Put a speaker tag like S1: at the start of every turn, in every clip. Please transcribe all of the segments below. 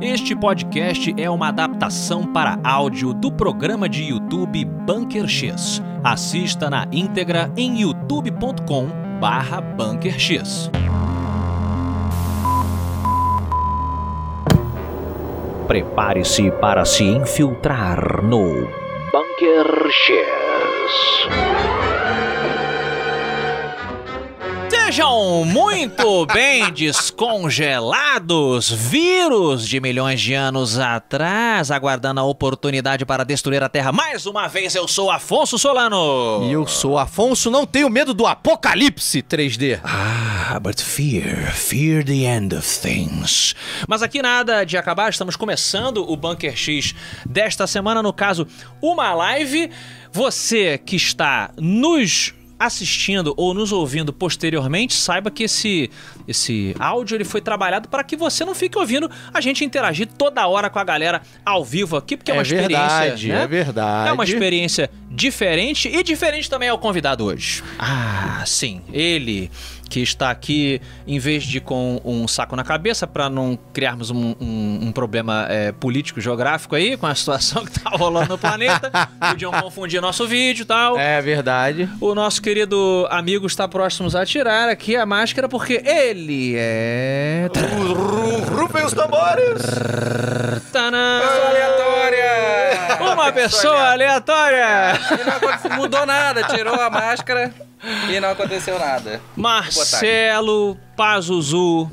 S1: Este podcast é uma adaptação para áudio do programa de YouTube Bunker X. Assista na íntegra em youtube.com barra Bunker X. Prepare-se para se infiltrar no Bunker X. Sejam muito bem descongelados, vírus de milhões de anos atrás, aguardando a oportunidade para destruir a Terra. Mais uma vez, eu sou Afonso Solano.
S2: E eu sou Afonso, não tenho medo do apocalipse 3D.
S1: Ah, but fear, fear the end of things. Mas aqui nada de acabar, estamos começando o Bunker X desta semana, no caso, uma live. Você que está nos assistindo ou nos ouvindo posteriormente, saiba que esse esse áudio ele foi trabalhado para que você não fique ouvindo a gente interagir toda hora com a galera ao vivo aqui, porque é, uma
S2: verdade,
S1: experiência, né?
S2: é verdade.
S1: É uma experiência diferente e diferente também é o convidado hoje. Ah, sim, ele que está aqui, em vez de com um saco na cabeça, para não criarmos um, um- um problema é, político-geográfico aí, com a situação que tá rolando no planeta, podiam confundir nosso vídeo e tal.
S2: É verdade.
S1: O nosso querido amigo está próximo a tirar aqui a máscara, porque ele é...
S2: Rufem os tambores!
S1: Tanã!
S3: aleatória!
S1: Uma pessoa aleatória!
S3: E não aconte- mudou nada, tirou a máscara e não aconteceu nada.
S1: Marcelo Pazuzu,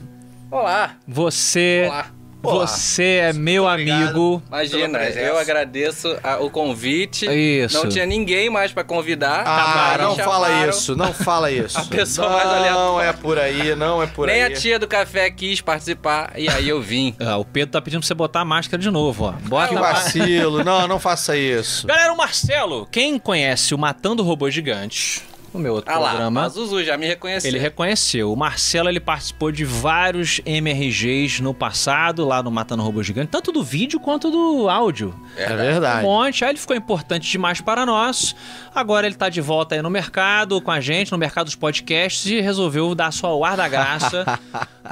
S3: Olá!
S1: você...
S3: Olá.
S2: Olá.
S1: Você é meu amigo.
S3: Imagina, eu agradeço a- o convite.
S1: Isso.
S3: Não tinha ninguém mais pra convidar.
S2: Ah,
S3: Chamaram,
S2: não fala
S3: chamaram.
S2: isso, não fala isso.
S3: A pessoa mais
S2: Não
S3: aleatória.
S2: é por aí, não é por
S3: Nem
S2: aí.
S3: a tia do café quis participar e aí eu vim.
S1: Ah, o Pedro tá pedindo pra você botar a máscara de novo, ó.
S2: Que
S1: Bota a máscara.
S2: vacilo, não, não faça isso.
S1: Galera, o Marcelo, quem conhece o Matando Robôs Gigantes, o meu outro
S3: Ah lá,
S1: programa,
S3: mas o Zuzu já me reconheceu.
S1: ele reconheceu. O Marcelo, ele participou de vários MRGs no passado, lá no Matando Robôs Gigantes, tanto do vídeo quanto do áudio.
S2: É
S1: Um
S2: verdade.
S1: monte, aí ele ficou importante demais para nós. Agora ele tá de volta aí no mercado com a gente, no mercado dos podcasts, e resolveu dar sua ar da graça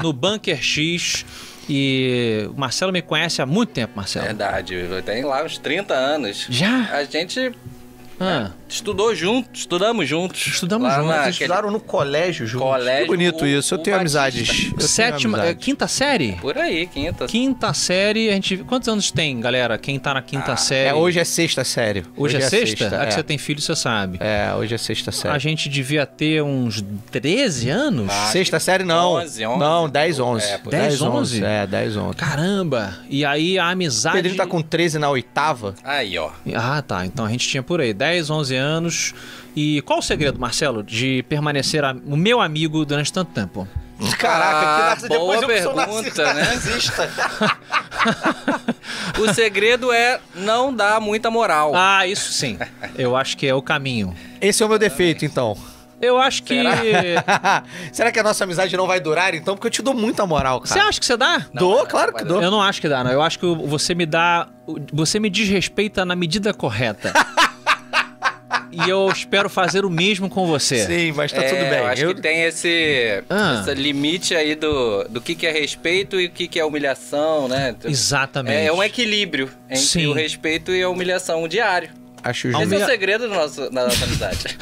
S1: no Bunker X. E o Marcelo me conhece há muito tempo, Marcelo.
S3: Verdade, tem lá uns 30 anos.
S2: É.
S1: Já?
S3: A gente
S1: Ah,
S3: estudou junto, estudamos juntos.
S1: Estudamos
S3: Lá
S1: juntos,
S3: naquele
S2: Ah, Estudaram no colégio juntos.
S3: Colégio,
S2: que bonito
S3: o-
S2: isso, eu
S3: o
S2: tenho
S3: Batista.
S2: amizades. eu tenho
S1: sétima, eh,
S2: amizades.
S1: quinta série?
S3: Por aí, quinta.
S1: Quinta série, a gente. Quantos anos tem, galera? Quem tá na quinta série?
S2: É, hoje é sexta, sério.
S1: Hoje é sexta? Ah, que
S2: é.
S1: você tem filho, você sabe.
S2: É, hoje é sexta série.
S1: A gente devia ter uns 13 anos?
S3: Ah,
S2: Sexta série não.
S3: 11, 11.
S2: Não, 10, 11.
S3: É,
S1: pô. 10, 11?
S2: É, 10, 11.
S1: Caramba! E aí a
S2: O
S1: amizade.
S2: Pedrinho tá com 13 na oitava.
S3: Aí, ó.
S1: Ah, tá. Então a gente tinha por aí 10, 11 anos. E qual o segredo, Marcelo, de permanecer a- o meu amigo durante tanto tempo?
S3: Ah,
S2: que
S3: boa
S2: depois eu sou narcis-
S3: pergunta, né?
S2: narcisista.
S3: O segredo é não dar muita moral.
S1: Ah, isso sim. Eu acho que é o caminho.
S2: Esse é o meu defeito, então.
S1: Eu acho que.
S2: Será que a nossa amizade não vai durar, então? Porque eu te dou muita moral,
S1: Você é um
S2: cara.
S1: acha que você dá?
S2: dou,
S3: não, não,
S2: claro
S3: não
S2: que
S3: vai
S2: dou.
S1: Eu não acho que dá, não. Eu acho que você me dá. Você me desrespeita na medida correta. e eu espero fazer o mesmo com você.
S2: Sim, mas tá
S3: É,
S2: tudo bem.
S3: Eu acho que tem esse,
S1: Ah.
S3: esse limite aí do, do que, que é respeito e o que, que é humilhação, né?
S1: Exatamente.
S3: É, um equilíbrio entre
S1: Sim.
S3: o respeito e a humilhação diário.
S2: Acho
S3: Esse
S2: justo.
S3: é o segredo do nosso- da nossa amizade.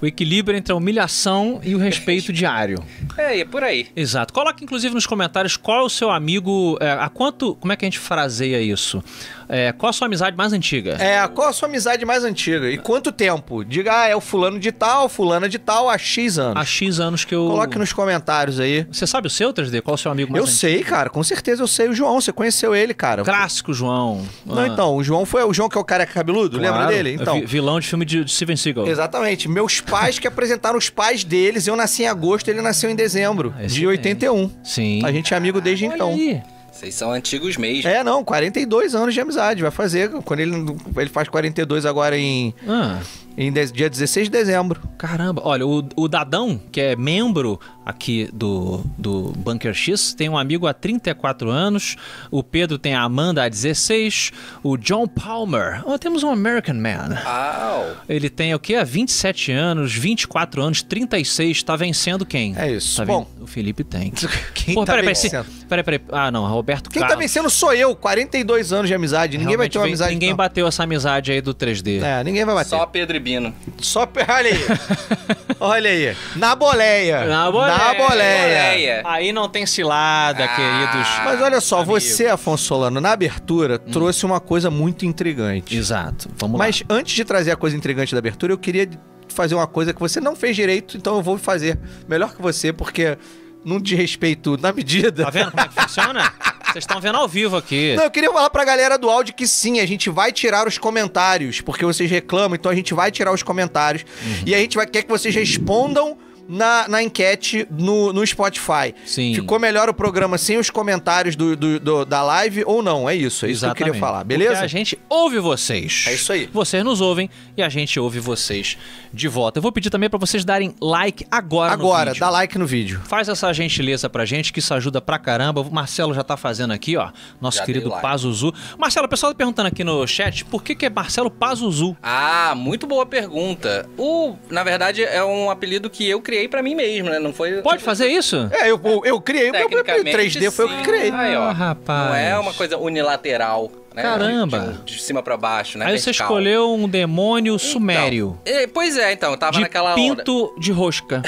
S1: O equilíbrio entre a humilhação e o respeito diário.
S3: é, e é por aí.
S1: Exato. Coloque, inclusive, nos comentários qual é o seu amigo. é, a quanto. Como é que a gente fraseia isso? É, qual a sua amizade mais antiga?
S2: É, qual a sua amizade mais antiga? E quanto tempo? Diga, ah, é o fulano de tal, fulana de tal, há X anos.
S1: Há X anos que eu.
S2: Coloque nos comentários aí.
S1: Você sabe o seu, 3D? Qual é o seu amigo mais
S2: eu
S1: antigo?
S2: sei, cara, com certeza eu sei o João. Você conheceu ele, cara.
S1: Clássico, João.
S2: Não,
S1: Ah,
S2: então, o João foi o João que é o cara cabeludo,
S1: claro.
S2: lembra dele?
S1: É
S2: Então,
S1: vi- vilão de filme de, de Steven Seagal.
S2: exatamente. Meus pais que apresentaram os pais deles, eu nasci em agosto, ele nasceu em dezembro
S1: Esse
S2: de
S1: tem.
S2: 81.
S1: Sim.
S2: A gente é amigo desde
S1: é Olha
S2: então.
S1: aí.
S3: Vocês são antigos mesmo.
S2: É, não, 42 anos de amizade, vai fazer. Quando ele, ele faz 42 agora em,
S1: Ah,
S2: em de- dia 16 de dezembro.
S1: caramba. Olha, o, o Dadão, que é membro aqui do, do Bunker X. Tem um amigo há 34 anos, o Pedro tem a Amanda há 16, o John Palmer. Oh, temos um American Man.
S3: Au.
S1: Ele tem o quê? Há 27 anos, 24 anos, 36. Tá vencendo quem?
S2: É isso.
S1: Tá
S2: Bom.
S1: O Felipe tem.
S2: Quem
S1: Pô,
S2: tá
S1: peraí, peraí,
S2: vencendo?
S1: se- peraí, peraí. Ah, não. Roberto
S2: Quem tá
S1: Carlos.
S2: vencendo sou eu, 42 anos de amizade. Ninguém vai
S1: Realmente
S2: ter uma
S1: vem-
S2: amizade. então.
S1: Ninguém
S2: não.
S1: bateu essa amizade aí do 3D.
S2: É, ninguém vai bater.
S3: Só
S2: Só,
S3: Pedro e Bino.
S2: pe- olha aí. olha aí. Na boleia.
S1: Na boleia.
S2: Na boleia.
S3: Boleia.
S1: Aí não tem cilada,
S3: Ah,
S1: queridos.
S2: Mas olha só,
S1: Amigo. Hum.
S2: você, Afonso Solano, na abertura, trouxe uma coisa muito intrigante.
S1: Exato. Vamos
S2: Mas antes de trazer a coisa intrigante da abertura, eu queria fazer uma coisa que você não fez direito, então eu vou fazer melhor que você, porque não te respeito na medida.
S1: lá. Tá vendo como é que funciona? Vocês estão vendo ao vivo aqui.
S2: Não, eu queria falar pra galera do áudio que sim, a gente vai tirar os comentários, porque vocês reclamam, então a gente vai tirar os comentários.
S1: Uhum.
S2: E a gente vai quer que vocês respondam na, na enquete no, no Spotify.
S1: Sim.
S2: Ficou melhor o programa sem os comentários do, do- do- da live ou não? É isso, é isso que eu queria falar, beleza?
S1: Porque a gente ouve vocês.
S2: É isso aí.
S1: Vocês nos ouvem e a gente ouve vocês de volta. Eu vou pedir também pra vocês darem like agora tá no
S2: Agora,
S1: vídeo.
S2: dá like no vídeo.
S1: Faz essa gentileza pra gente, que isso ajuda pra caramba. O Marcelo já tá fazendo aqui, ó. Nosso
S3: Já dei
S1: querido
S3: like.
S1: Pazuzu. Marcelo, o pessoal tá perguntando aqui no chat por que, que é Marcelo Pazuzu.
S3: Ah, muito boa pergunta. O, na verdade, é um apelido que eu criei pra mim mesmo, né? Não foi.
S1: Pode fazer isso?
S2: É, eu, eu, eu criei, o meu próprio
S3: Tecnicamente,
S2: 3D foi eu
S3: sim.
S2: que criei.
S3: Aí, ó.
S1: Ah, rapaz.
S3: Não é uma coisa unilateral. Né?
S1: Caramba.
S3: De, de- de cima pra baixo, né?
S1: Aí você
S3: Vertical.
S1: escolheu um demônio
S2: Então,
S1: sumério.
S3: É, pois é, então, eu tava
S1: de
S3: naquela
S1: pinto de rosca.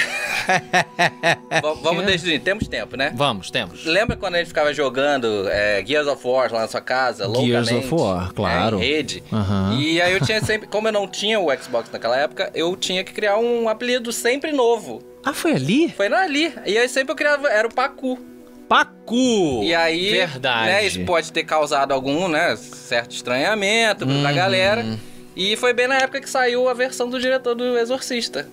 S3: onda. V- vamos
S1: É.
S3: desde temos tempo, né?
S1: Vamos, temos.
S3: Lembra quando a gente ficava jogando é, Gears of War lá na sua casa,
S1: Gears
S3: loucamente?
S1: of War, claro.
S3: É, em rede.
S1: Aham.
S3: E aí eu tinha sempre... Como eu não tinha o Xbox naquela época, eu tinha que criar um apelido sempre novo.
S1: Ah, foi ali?
S3: Foi ali. E aí sempre eu criava... Era o Pacu.
S1: Pacu!
S3: E aí...
S1: Verdade.
S3: Né, isso pode ter causado algum, né? Certo estranhamento pra
S1: Uhum.
S3: galera. E foi bem na época que saiu a versão do diretor do Exorcista.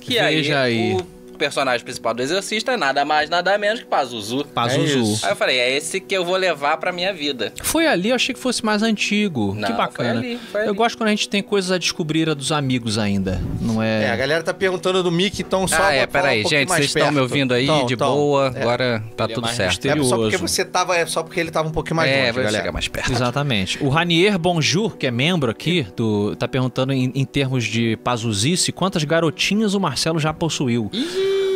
S3: Que
S1: Veja aí.
S3: o personagem principal do Exorcista é nada mais, nada menos que Pazuzu.
S1: Pazuzu.
S2: É isso.
S3: Aí eu falei, é esse que eu vou levar pra minha vida.
S1: Foi ali, eu achei que fosse mais antigo.
S3: Não,
S1: que bacana.
S3: foi ali, foi
S1: Eu
S3: ali.
S1: gosto quando a gente tem coisas a descobrir a dos amigos ainda. Não
S2: É, a
S1: é.
S2: galera tá perguntando do Mickey, então só.
S3: ah, é,
S2: vou falar
S3: peraí,
S2: um pouquinho
S3: gente,
S2: mais
S3: vocês estão
S2: perto.
S3: me ouvindo aí
S2: Tão,
S3: de
S2: tão.
S3: boa,
S2: É.
S3: agora tá
S1: Ele é
S3: tudo
S1: mais
S3: certo.
S1: restrito.
S2: É só porque
S1: Misterioso.
S2: você tava. É só porque ele tava um pouquinho mais
S3: é,
S2: longe,
S3: vai
S2: galera.
S3: chegar mais perto.
S1: Exatamente. O Ranier Bonjour, que é membro aqui, do, tá perguntando em, em termos de Pazuzice, quantas garotinhas o Marcelo já possuiu.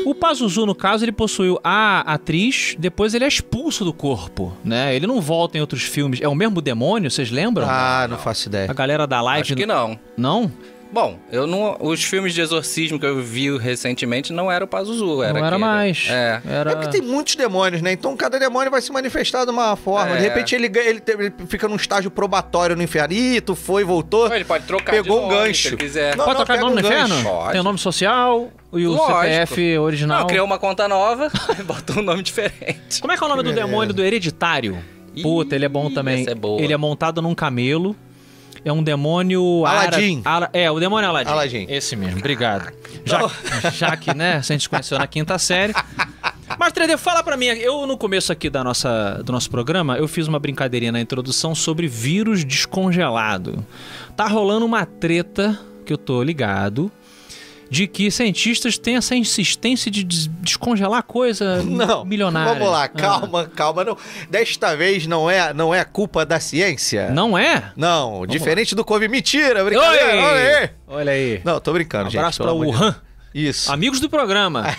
S1: O Pazuzu, no caso, ele possuiu a atriz, depois ele é expulso do corpo, né? Ele não volta em outros filmes. É o mesmo demônio, vocês lembram?
S2: Ah, não faço ideia.
S1: A galera da live.
S3: Acho que não.
S1: Não?
S3: Bom, eu não. Os filmes de exorcismo que eu vi recentemente não era o Pazuzu, era
S1: não era
S3: aquele.
S1: mais.
S3: É.
S1: Era...
S2: É porque tem muitos demônios, né? Então cada demônio vai se manifestar de uma forma. De
S3: É.
S2: repente ele, ganha- ele, te- ele fica num estágio probatório no inferno. Ih, tu foi, voltou.
S3: Ele pode trocar
S2: Pegou
S3: de
S2: um
S3: nome,
S2: gancho.
S3: se ele quiser.
S2: Não,
S1: Pode tocar
S2: pega
S1: o nome
S2: um
S1: no
S2: gancho.
S1: inferno?
S3: Pode.
S1: Tem o nome social e o
S3: Lógico.
S1: CPF original.
S3: Não, criou uma conta nova, botou um nome diferente.
S1: Como é que é o nome do demônio do hereditário?
S3: Ih,
S1: Puta, ele é bom também.
S3: essa é boa.
S1: Ele é montado num camelo. É um demônio.
S2: Aladim.
S1: ára- ala- É, o demônio Aladim.
S2: Aladim.
S1: Esse mesmo, obrigado. Já, já que, né, se a gente se conheceu na quinta série. Mas, 3D, fala pra mim. Eu, no começo aqui da nossa, do nosso programa, eu fiz uma brincadeirinha na introdução sobre vírus descongelado. Tá rolando uma treta, que eu tô ligado, de que cientistas têm essa insistência de des- descongelar coisa
S2: Não.
S1: milionária.
S2: Vamos lá,
S1: Ah.
S2: calma, calma. Não. Desta vez não é, não é culpa da ciência.
S1: Não é?
S2: Não, diferente do Covid. Mentira, brincadeira. Olha aí.
S1: Olha aí.
S2: Não, tô brincando,
S1: Um
S2: gente.
S1: abraço
S2: pelo
S1: pra
S2: amor de
S1: Wuhan.
S2: Deus. Isso.
S1: Amigos do programa.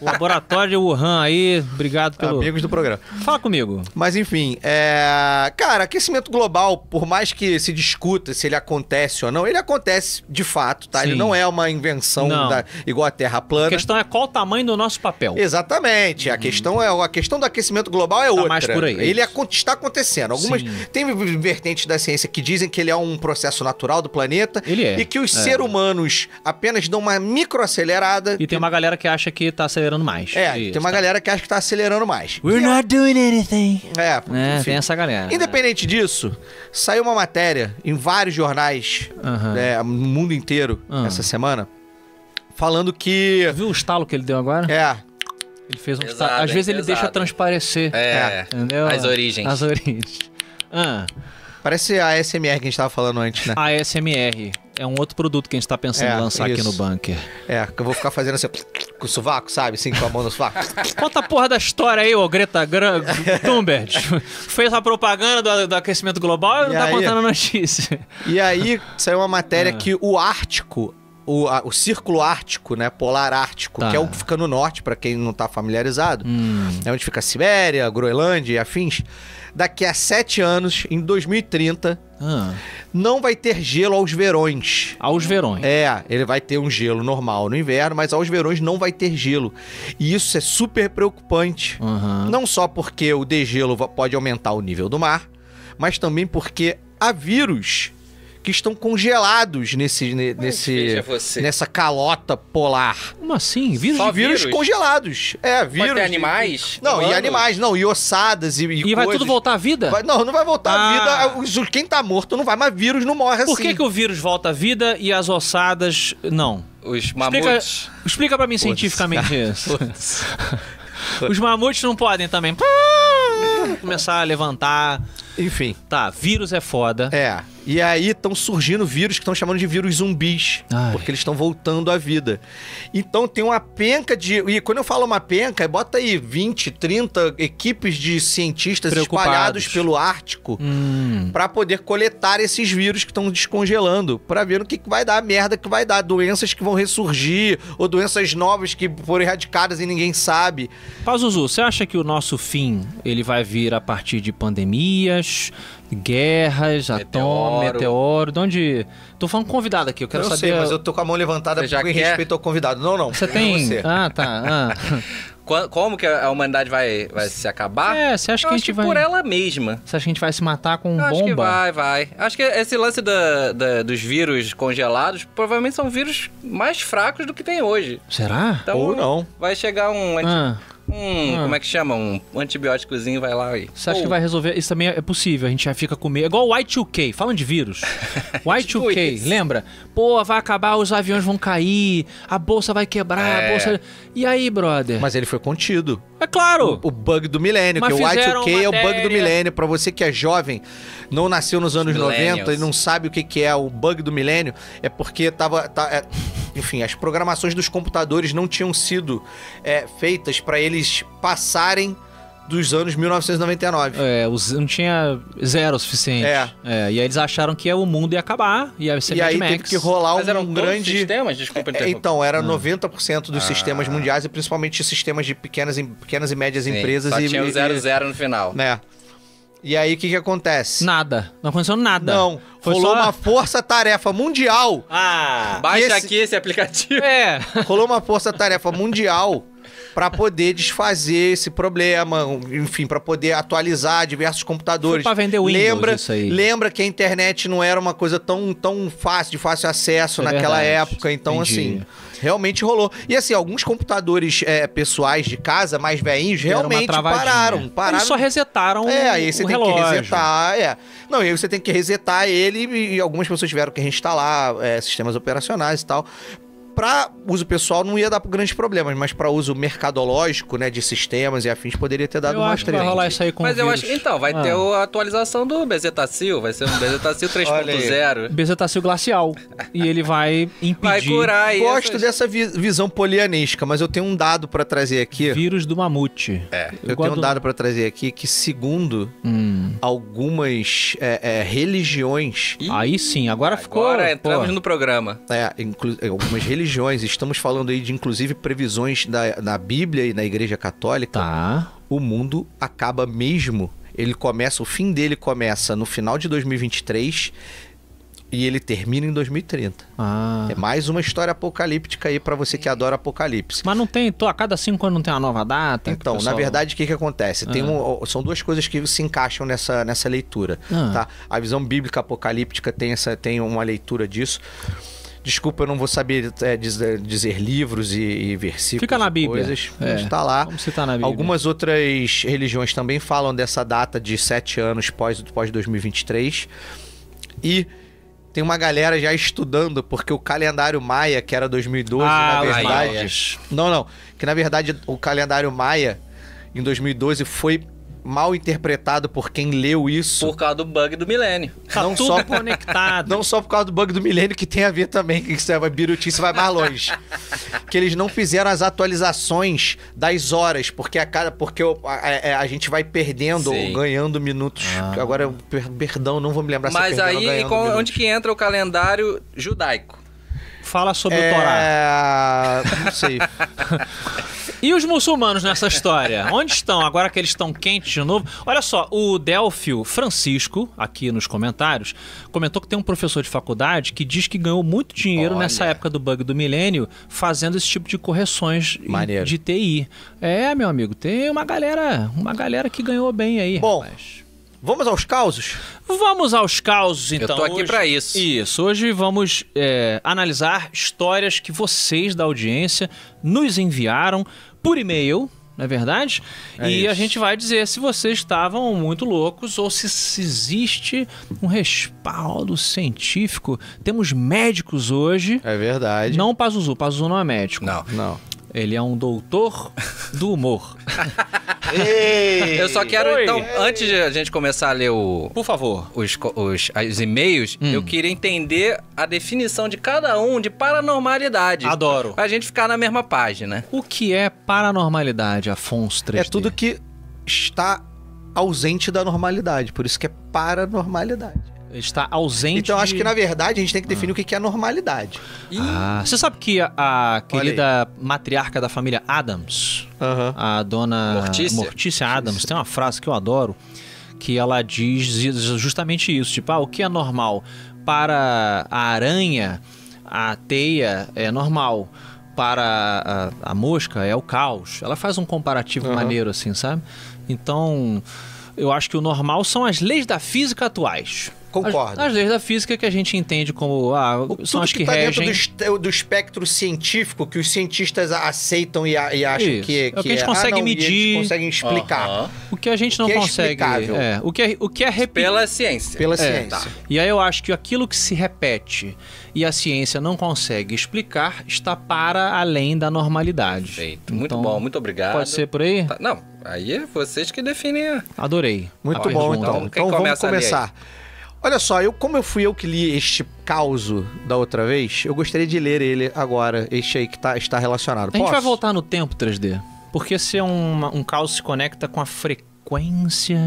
S1: O Laboratório de Wuhan aí. Obrigado pelo.
S2: é Amigos do programa.
S1: Fala comigo.
S2: Mas enfim, é... cara, aquecimento global, por mais que se discuta se ele acontece ou não, ele acontece de fato, tá? Ele
S1: Sim.
S2: não é uma invenção
S1: Não.
S2: da- igual a Terra
S1: A
S2: plana.
S1: questão é qual o tamanho do nosso papel.
S2: Exatamente. A questão é a questão do aquecimento global é outra.
S1: Tá mais por aí.
S2: Ele acon- está acontecendo. Algumas
S1: Sim.
S2: tem vertentes da ciência que dizem que ele é um processo natural do planeta
S1: Ele é.
S2: e que os
S1: É.
S2: seres humanos apenas dão uma microacelerada.
S1: E tem uma galera que acha que tá acelerando mais.
S2: É,
S1: Isso,
S2: tem uma
S1: tá.
S2: galera que acha que está acelerando mais.
S1: We're not doing anything.
S2: É,
S1: É,
S2: enfim.
S1: tem essa galera.
S2: Independente disso, saiu uma matéria em vários jornais
S1: Aham.
S2: né, no mundo inteiro
S1: Ah.
S2: essa semana falando que.
S1: né? Viu o estalo que ele deu agora?
S2: É,
S1: Ele fez um
S3: Pesado,
S1: estalo. Às
S3: hein?
S1: vezes ele
S3: Pesado.
S1: deixa transparecer.
S3: É.
S1: Entendeu?
S3: As origens.
S1: As origens. Ah,
S2: parece a SMR que a gente tava falando antes, né?
S1: a SMR. É um é outro produto que a gente tá pensando
S2: É,
S1: em lançar aqui
S2: isso.
S1: no bunker.
S2: É, que eu vou ficar fazendo assim. com o sovaco, sabe? Assim, com a mão no sovaco.
S1: Conta a porra da história aí, ô Greta Gran... Thunberg. Fez a propaganda do, do aquecimento global e não
S2: E
S1: tá
S2: aí?
S1: contando a notícia.
S2: E aí saiu uma
S1: Ah.
S2: matéria que o Ártico, o, a- o Círculo Ártico, né? Polar Ártico,
S1: Tá.
S2: que é o que fica no norte, pra quem não tá familiarizado, é onde fica a Sibéria, Groenlândia e afins. Daqui a sete anos, em 2030,
S1: Ah,
S2: não vai ter gelo aos verões.
S1: aos verões.
S2: É, ele vai ter um gelo normal no inverno, mas aos verões não vai ter gelo. E isso é super preocupante.
S1: Aham.
S2: Não só porque o degelo va- pode aumentar o nível do mar, mas também porque há vírus que estão congelados nesse, ne-
S3: Veja
S2: nesse,
S3: você.
S2: nessa calota polar.
S1: Como assim? Vírus
S3: Só
S1: de-
S2: Vírus,
S3: vírus?
S2: congelados. É, vírus.
S3: Pode ter
S2: de-
S3: animais?
S2: Não, e
S3: humanos?
S2: animais, não, e ossadas e.
S1: E vai tudo voltar à vida?
S2: Vai- não, não vai voltar
S1: Ah.
S2: à vida. Os- Quem tá morto não vai, mas vírus não morre assim.
S1: Por que, que o vírus volta à vida e as ossadas não?
S3: Os
S1: Explica,
S3: mamutes.
S1: explica pra mim cientificamente isso. Os mamutes não podem também começar a levantar.
S2: Enfim.
S1: Tá, vírus é foda.
S2: É. E aí estão surgindo vírus que estão chamando de vírus zumbis.
S1: Ai.
S2: Porque eles estão voltando à vida. Então tem uma penca de. E quando eu falo uma penca, bota aí 20, 30 equipes de cientistas
S1: Preocupados.
S2: espalhados pelo Ártico
S1: Hum.
S2: pra poder coletar esses vírus que estão descongelando, pra ver o que, que vai dar, a merda que vai dar, doenças que vão ressurgir, ou doenças novas que foram erradicadas e ninguém sabe.
S1: Pazuzu, você acha que o nosso fim ele vai vir a partir de pandemias, guerras, atome,
S3: Meteoro.
S1: meteoro? De onde. Tô falando um convidado aqui, eu quero
S2: eu
S1: saber.
S2: sei, mas eu tô com a mão levantada
S3: Você já
S2: em
S3: quer?
S2: respeito ao convidado. Não, não. é
S1: Você
S2: primeiro
S1: tem. Ah, tá.
S3: Qua- Como que a humanidade vai, vai se
S1: ah.
S3: acabar?
S1: É, você acha
S3: Eu
S1: que a
S3: acho
S1: gente
S3: que
S1: vai.
S3: por ela mesma.
S1: Você acha que a gente vai se matar com
S3: Eu Acho que
S1: bomba?
S3: vai, vai. Acho que esse lance da- da- dos vírus congelados provavelmente são vírus mais fracos do que tem hoje.
S1: Será?
S3: Então,
S2: Ou não.
S3: Vai chegar um, anti-
S1: Ah,
S3: um-
S1: Ah.
S3: como é que chama? Um antibióticozinho, vai lá e...
S1: você acha
S3: Ou-
S1: que vai resolver? Isso também é possível, a gente já fica com medo. É igual o Y2K, falando de vírus.
S2: Tipo
S1: Y2K,
S3: isso.
S1: lembra? Pô, vai acabar, os aviões vão cair, a bolsa vai quebrar, a
S3: É.
S1: bolsa. E aí, brother?
S2: Mas ele foi contido.
S1: É claro!
S2: o bug do milênio,
S1: Mas
S2: que o
S1: fizeram
S2: Y2K é o bug
S1: matéria.
S2: do milênio. Pra você que é jovem, não nasceu nos anos
S3: millennials.
S2: 90 e não sabe o que, que é o bug do milênio, é porque tava. tá- é- enfim, as programações dos computadores não tinham sido é, feitas pra eles passarem dos anos 1999.
S1: É, os, não tinha zero o suficiente.
S2: É.
S1: e aí eles acharam que é o mundo ia acabar, ia ser
S2: e
S1: Mad
S2: aí
S1: Max.
S2: teve que rolar
S3: Mas eram
S2: um
S3: todos
S2: grande.
S3: sistemas? Desculpa
S2: É,
S3: interromper.
S2: Então, era
S1: Ah.
S2: 90% dos
S3: Ah.
S2: sistemas mundiais e principalmente sistemas de pequenas e, pequenas e médias
S3: Sim,
S2: empresas.
S3: Só
S2: e,
S3: tinha um o
S2: e-
S3: 00 no final.
S2: né? E aí, o que que acontece?
S1: Nada. Não aconteceu nada.
S2: Não,
S1: Foi
S2: rolou
S1: só-
S2: uma força-tarefa mundial.
S1: Ah!
S3: Baixa
S2: E esse-
S3: aqui esse aplicativo.
S1: É!
S2: Rolou uma força-tarefa mundial pra poder desfazer esse problema, um, enfim, pra poder atualizar diversos computadores.
S1: Foi pra vender Windows
S2: lembra,
S1: isso aí.
S2: Lembra que a internet não era uma coisa tão, tão fácil, de fácil acesso
S1: É
S2: naquela
S1: verdade.
S2: época, então
S1: Entendi.
S2: assim, realmente rolou. E assim, alguns computadores é, pessoais de casa, mais velhinhos,
S1: Deram uma
S2: realmente
S1: travadinha.
S2: pararam,
S1: Eles
S2: pararam.
S1: só resetaram
S2: É,
S1: o-
S2: aí você
S1: o
S2: tem
S1: um relógio.
S2: que resetar, é. Não, e aí você tem que resetar ele e, e algumas pessoas tiveram que reinstalar é, sistemas operacionais e tal. Pra uso pessoal não ia dar grandes problemas, mas pra uso mercadológico, né, de sistemas e afins, poderia ter dado
S1: Eu
S2: uma
S1: acho que vai rolar isso aí com
S3: Mas
S1: o
S3: eu
S1: vírus.
S3: acho que, então, vai
S1: Ah.
S3: ter o- a atualização do Bezetacil, vai ser um Bezetacil
S2: Olha aí.
S3: 3.0.
S1: Bezetacil tá glacial. e ele vai impedir
S3: Vai curar aí
S2: Gosto
S3: essas-
S2: dessa vi- visão polianística, mas eu tenho um dado pra trazer aqui.
S1: vírus do mamute. É.
S2: Eu tenho um dado pra trazer aqui que, segundo
S1: Hum,
S2: algumas é, é, religiões,
S3: Ih,
S1: Aí sim, agora, ficou.
S3: Agora entramos
S1: pô.
S3: no programa.
S2: É, inclu- é, algumas religiões, estamos falando aí de inclusive previsões da, na Bíblia e na Igreja Católica,
S1: Tá.
S2: o mundo acaba mesmo. Ele começa, o fim dele começa no final de 2023 e ele termina em 2030.
S1: Ah. É.
S2: É mais uma história apocalíptica aí pra você que adora apocalipse.
S1: Mas não tem. Tô, a cada cinco anos não tem uma nova data. que o
S2: Então, na
S1: pessoal-
S2: verdade, o que, que acontece? Tem um- são duas coisas que se encaixam nessa, nessa leitura.
S1: Ah.
S2: Tá? A visão bíblica apocalíptica tem, essa, tem uma leitura disso. Desculpa, eu não vou saber é, dizer, dizer livros e, e versículos.
S1: Fica na
S2: e
S1: Bíblia.
S2: Coisas,
S1: É.
S2: mas tá lá.
S1: Vamos citar na Bíblia.
S2: Algumas outras religiões também falam dessa data de sete anos pós, pós 2023. E tem uma galera já estudando, porque o calendário maia, que era 2012,
S1: Ah,
S2: na
S1: os
S2: verdade.
S1: maias.
S2: Não, não. Que na verdade o calendário maia, em 2012, foi mal interpretado por quem leu isso.
S3: Por causa do bug do milênio.
S1: Tá
S2: Não
S1: tudo
S2: só-
S1: conectado.
S2: Não só por causa do bug do milênio, que tem a ver também, que isso é uma birutice, vai mais longe. que eles não fizeram as atualizações das horas, porque a cada. Porque o- a, é, a- a gente vai perdendo
S3: Sim. Ah.
S2: ou ganhando minutos. Agora, eu per- perdão, não vou me lembrar
S3: Mas
S2: se é perdendo ou
S3: aí,
S2: ganhando
S3: com-
S2: minutos.
S3: onde que entra o calendário judaico?
S1: Fala sobre o Torá.
S2: É... Não sei.
S1: E os muçulmanos nessa história? Onde estão? Agora que eles estão quentes de novo. Olha só, o Delfio Francisco, aqui nos comentários, comentou que tem um professor de faculdade que diz que ganhou muito dinheiro
S3: Olha.
S1: nessa época do bug do milênio fazendo esse tipo de correções em-
S2: Maneiro.
S1: de TI. É, meu amigo, tem uma galera, uma galera que ganhou bem aí.
S2: Bom,
S1: rapaz.
S2: Vamos aos causos?
S1: Vamos aos causos, então.
S3: tô aqui
S1: hoje.
S3: pra isso.
S1: Isso. Hoje vamos é, analisar histórias que vocês da audiência nos enviaram por e-mail, não é verdade?
S2: É
S1: e a
S2: isso.
S1: gente vai dizer se vocês estavam muito loucos ou se, se existe um respaldo científico. Temos médicos hoje.
S2: É verdade.
S1: Não o Pazuzu, Pazuzu não é médico.
S3: Não.
S2: Não.
S1: Ele é um doutor do humor.
S3: Eu só quero,
S1: Oi.
S3: então, antes de a gente começar a ler o-
S1: Por favor.
S3: os, co- os- os e-mails, eu queria entender a definição de cada um de paranormalidade.
S1: Adoro.
S3: Pra gente ficar na mesma página.
S1: O que é paranormalidade, Afonso 3
S2: É tudo que está ausente da normalidade, por isso que é paranormalidade.
S1: Está ausente
S2: Então acho
S1: de-
S2: que na verdade a gente tem que definir o que que é normalidade.
S1: Ah, você sabe que a, a
S2: Olha
S1: querida matriarca da família Adams,
S2: Aham.
S1: a dona
S3: Mortícia?
S1: Adams, tem uma frase que eu adoro que ela diz justamente isso, tipo, ah, o que é normal para a aranha, a teia é normal. Para a, a mosca é o caos. Ela faz um comparativo
S2: Aham.
S1: maneiro assim, sabe? Então, eu acho que o normal são as leis da física atuais.
S2: Concordo.
S1: As, as leis da física que a gente entende como ah, são
S2: Tudo
S1: as
S2: que,
S1: que
S2: tá
S1: regem.
S2: dentro do, est- do espectro científico que os cientistas a- aceitam e, a- e acham
S1: Isso.
S2: que ah,
S1: É o que a gente consegue
S2: não, e
S1: medir.
S2: eles conseguem explicar
S3: Aham.
S1: O que a gente
S2: O
S1: não
S2: que é
S1: consegue.
S2: explicável.
S1: é, o que é, o que é repi-
S3: Pela ciência.
S2: pela
S1: É,
S2: ciência.
S3: tá.
S1: E aí eu acho que aquilo que se repete e a ciência não consegue explicar está para além da normalidade.
S3: Perfeito. Muito
S1: Então,
S3: bom, muito obrigado.
S1: Pode ser por aí?
S3: Tá, Não, aí é vocês que definem. a-
S1: Adorei.
S2: Muito
S1: a
S2: bom,
S1: pergunta.
S2: então.
S3: Então, quem
S2: Então vamos
S3: começa a ler aí?
S2: começar. Olha só, eu como eu fui eu que li este causo da outra vez, eu gostaria de ler ele agora, este aí que tá- está relacionado.
S1: A gente vai
S2: Posso?
S1: voltar no tempo 3D. Porque se é um, um caos se conecta com a frequência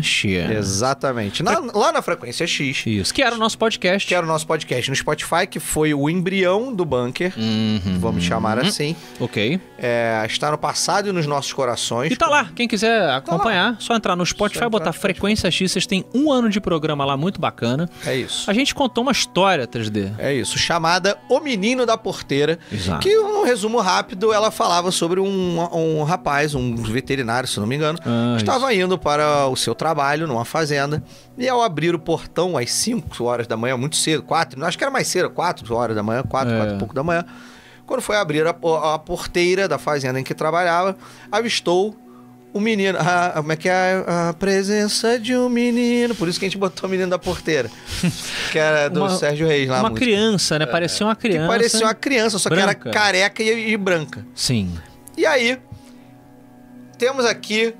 S1: cheia.
S2: Exatamente. Na- lá na frequência X,
S1: Isso. Que era o nosso podcast.
S2: que era o nosso podcast no Spotify, que foi o embrião do bunker,
S1: Uhum.
S2: vamos chamar assim.
S1: Ok.
S2: É, está no passado e nos nossos corações.
S1: E tá lá, é quem quiser acompanhar, só entrar no Spotify,
S2: Só entrar
S1: botar
S2: no
S1: Frequência X, vocês têm um ano de programa lá, muito bacana.
S2: É isso.
S1: Então, A gente contou uma história 3D.
S2: É isso, chamada O Menino da Porteira.
S1: Exato.
S2: Que, um resumo rápido, ela falava sobre um, um rapaz, um veterinário, se não me engano,
S1: Ah,
S2: estava indo para o seu trabalho numa fazenda. E ao abrir o portão às 5 horas da manhã, muito cedo, 4, acho que era mais cedo, 4 horas da manhã, 4,
S1: É.
S2: 4 e pouco da manhã. Quando foi abrir a, po- a porteira da fazenda em que trabalhava, avistou o menino. a- como é que é? A presença de um menino. Por isso que a gente botou o menino da porteira. que era do
S1: Uma-
S2: Sérgio Reis lá. a
S1: uma
S2: música.
S1: criança, né? Parecia uma criança.
S2: Que parecia uma criança, só que
S1: branca.
S2: era careca e, e branca.
S1: Sim.
S2: E aí, temos aqui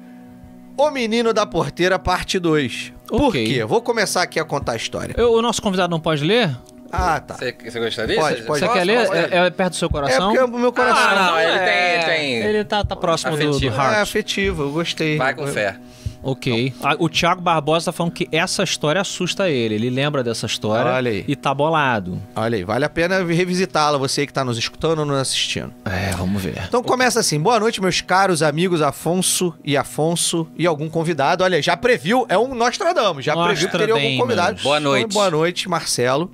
S2: O Menino da Porteira, parte 2. Por
S1: Ok.
S2: quê? Vou começar aqui a contar a história.
S1: Eu- o nosso convidado não pode ler?
S2: Ah, tá.
S3: Você, você gostaria?
S2: Pode, pode.
S1: Você
S2: Posso,
S1: quer ler?
S2: posso ler.
S1: É, é perto do seu
S2: É
S1: coração?
S2: porque o meu coração
S3: Ah, não, ele
S1: é.
S3: tem- tem-
S1: Ele tá, tá próximo do, do
S3: Afetivo. É.
S2: é
S1: Heart.
S2: afetivo, eu gostei.
S3: Vai com fé.
S1: ok. Ah, o Thiago Barbosa tá falando que essa história assusta ele. Ele lembra dessa história
S2: Olha aí.
S1: e tá bolado.
S2: Olha aí, vale a pena revisitá-la, você que está nos escutando ou nos assistindo.
S1: É, vamos ver.
S2: Então começa assim. Boa noite, meus caros amigos Afonso e Afonso e algum convidado. Olha, já previu, é um Nostradamus, já previu que teria algum
S1: Nostradamus.
S2: convidado. Então,
S3: Boa noite. Uhum.
S2: Boa noite, Marcelo.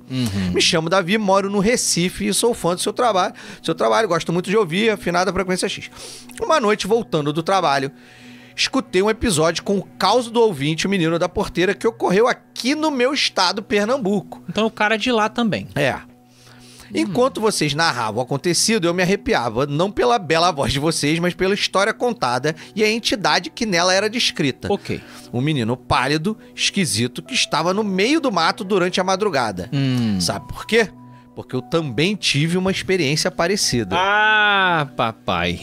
S2: Me chamo Davi, moro no Recife e sou fã do seu trabalho. Seu trabalho, gosto muito de ouvir, afinada frequência X. Uma noite, voltando do trabalho, escutei um episódio com o caos do ouvinte, o menino da porteira, que ocorreu aqui no meu estado, Pernambuco.
S1: Então o cara é de lá também.
S2: É. Enquanto vocês narravam o acontecido, eu me arrepiava, não pela bela voz de vocês, mas pela história contada e a entidade que nela era descrita.
S1: Ok.
S2: Um menino pálido, esquisito, que estava no meio do mato durante a madrugada.
S1: Hum.
S2: Sabe por quê? Porque eu também tive uma experiência parecida.
S1: Ah, papai.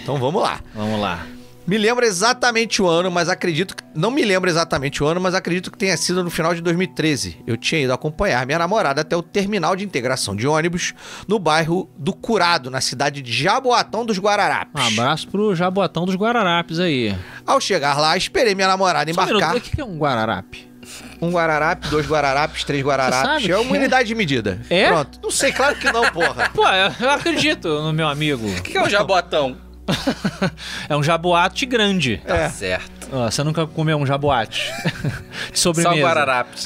S2: Então vamos lá.
S1: Vamos lá.
S2: Me lembro exatamente o ano, mas acredito que. Não me lembro exatamente o ano, mas acredito que tenha sido no final de 2013. Eu tinha ido acompanhar minha namorada até o terminal de integração de ônibus no bairro do Curado, na cidade de Jaboatão dos Guararapes.
S1: Um abraço pro Jaboatão dos Guararapes aí.
S2: Ao chegar lá, esperei minha namorada
S1: Só um
S2: embarcar.
S1: minuto, o que é um Guararape?
S2: Um Guararape, dois Guararapes, três
S1: Você
S2: Guararapes.
S1: sabe
S2: É
S1: o
S2: uma
S1: que é?
S2: unidade de medida.
S1: É?
S2: Pronto. Não sei, claro que não, porra.
S1: Pô, eu eu acredito no meu amigo.
S3: O que, que é o jabotão?
S1: É um jaboate grande.
S3: Tá certo.
S1: Ó, você nunca comeu um jaboate de sobremesa.
S3: Só Guararapes.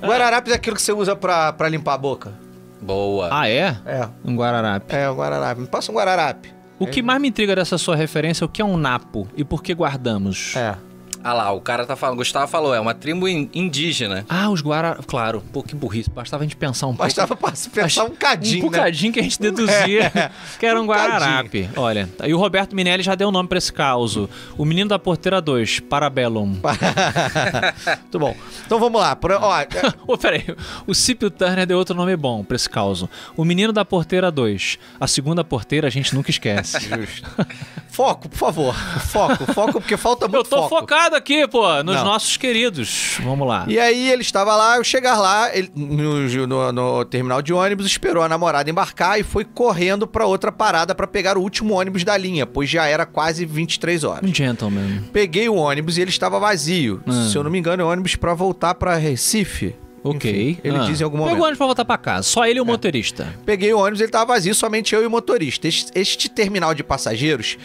S2: Guararapes é aquilo que você usa pra, pra limpar a boca.
S3: Boa.
S1: Ah, é?
S2: É,
S1: Um Guararape.
S2: é o Guararape. Me passa um Guararape.
S1: O que mais me intriga dessa sua referência é o que é um napo e por que guardamos.
S2: É.
S3: Ah lá, o cara tá falando, Gustavo falou, é uma tribo in- indígena.
S1: Ah, os Guararapes. Claro, pô, que burrice. Bastava a gente pensar um pouco.
S2: Bastava pra se pensar
S1: Um
S2: um cadinho, né?
S1: bocadinho que a gente deduzia que era um,
S2: Um
S1: Guararape. Olha, e o Roberto Minelli já deu o nome pra esse caso. O Menino da Porteira 2, Parabellum.
S2: Muito bom. Então vamos lá. Por- ó, é-
S1: Ô, peraí, o Cipio Turner deu outro nome bom pra esse caso. O Menino da Porteira 2. A segunda porteira a gente nunca esquece.
S2: Tá foco, por favor. Foco, foco, porque falta muito
S1: Eu tô
S2: foco.
S1: focado aqui, pô, nos
S2: Não.
S1: nossos queridos. Vamos lá.
S2: E aí ele estava lá, eu chegar lá, ele, no, no- no terminal de ônibus, esperou a namorada embarcar e foi correndo pra outra parada pra pegar o último ônibus da linha, pois já era quase 23 horas.
S1: Um gentleman.
S2: Peguei o ônibus e ele estava vazio.
S1: Ah.
S2: Se eu não me engano, é ônibus pra voltar pra Recife.
S1: Ok.
S2: Enfim, ele
S1: Ah.
S2: diz em algum momento. É.
S1: Pegou ônibus pra voltar pra casa. Só ele e o motorista.
S2: Peguei o ônibus, ele tava vazio, somente eu e o motorista. Este, este terminal de passageiros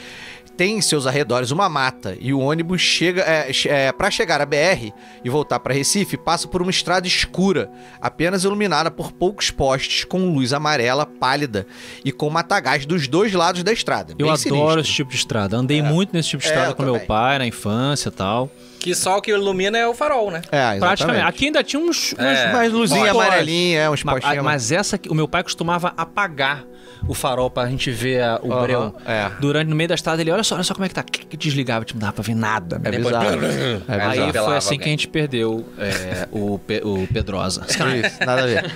S2: tem em seus arredores uma mata e o ônibus chega é, che- é, para chegar à BR e voltar para Recife passa por uma estrada escura, apenas iluminada por poucos postes com luz amarela pálida e com matagais dos dois lados da estrada.
S1: Eu
S2: Bem
S1: adoro
S2: sinistro.
S1: esse tipo de estrada. Andei muito nesse tipo de
S2: É,
S1: estrada
S2: eu
S1: com meu
S2: também.
S1: pai na infância e tal.
S3: Que só o que ilumina é o farol, né?
S2: É,
S1: Praticamente.
S2: exatamente.
S1: Aqui ainda tinha uns. uns-
S3: É.
S2: Mais luzinha
S1: Postes.
S2: amarelinha, é, uns
S1: ma- a-
S2: postinhos.
S1: Mas, essa que o meu pai costumava apagar o farol pra gente ver a- o
S2: Aham,
S1: breu.
S2: é.
S1: Durante, no meio da estrada, ele, olha só, olha só como é que tá. Desligava, tipo, não dava pra ver nada.
S2: É
S3: Depois-
S2: bizarro.
S3: Aí
S2: É
S1: Aí
S2: bizarro.
S1: foi
S3: Pelava
S1: assim que a
S3: alguém.
S1: gente perdeu é, o, Pe- o Pedrosa.
S2: Isso, nada a ver.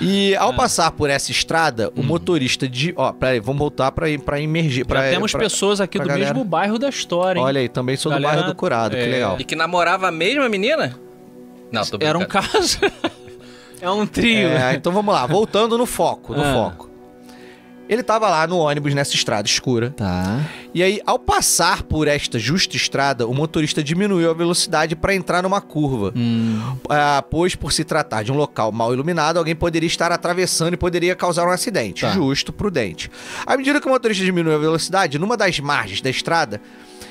S2: E
S1: Ah.
S2: ao passar por essa estrada, o motorista de. Ó, peraí, vamos voltar pra, pra emergir. Pra,
S1: Hum. Já temos
S2: pra-
S1: pessoas aqui
S2: pra
S1: do
S2: galera.
S1: mesmo bairro da história, hein?
S2: Olha aí, também sou
S1: Galera,
S2: do bairro do Curado,
S1: é,
S2: que legal.
S3: E que namorava a mesma menina? Não, tô
S1: Era
S3: brincando.
S1: um caso. é um trio.
S2: É, então vamos lá, voltando no foco, no
S1: Ah.
S2: foco. Ele tava lá no ônibus nessa estrada escura.
S1: Tá.
S2: E aí, ao passar por esta justa estrada, o motorista diminuiu a velocidade pra entrar numa curva.
S1: Hum.
S2: Ah, pois, por se tratar de um local mal iluminado, alguém poderia estar atravessando e poderia causar um acidente.
S1: Tá.
S2: Justo, prudente. À medida que o motorista diminuiu a velocidade, numa das margens da estrada,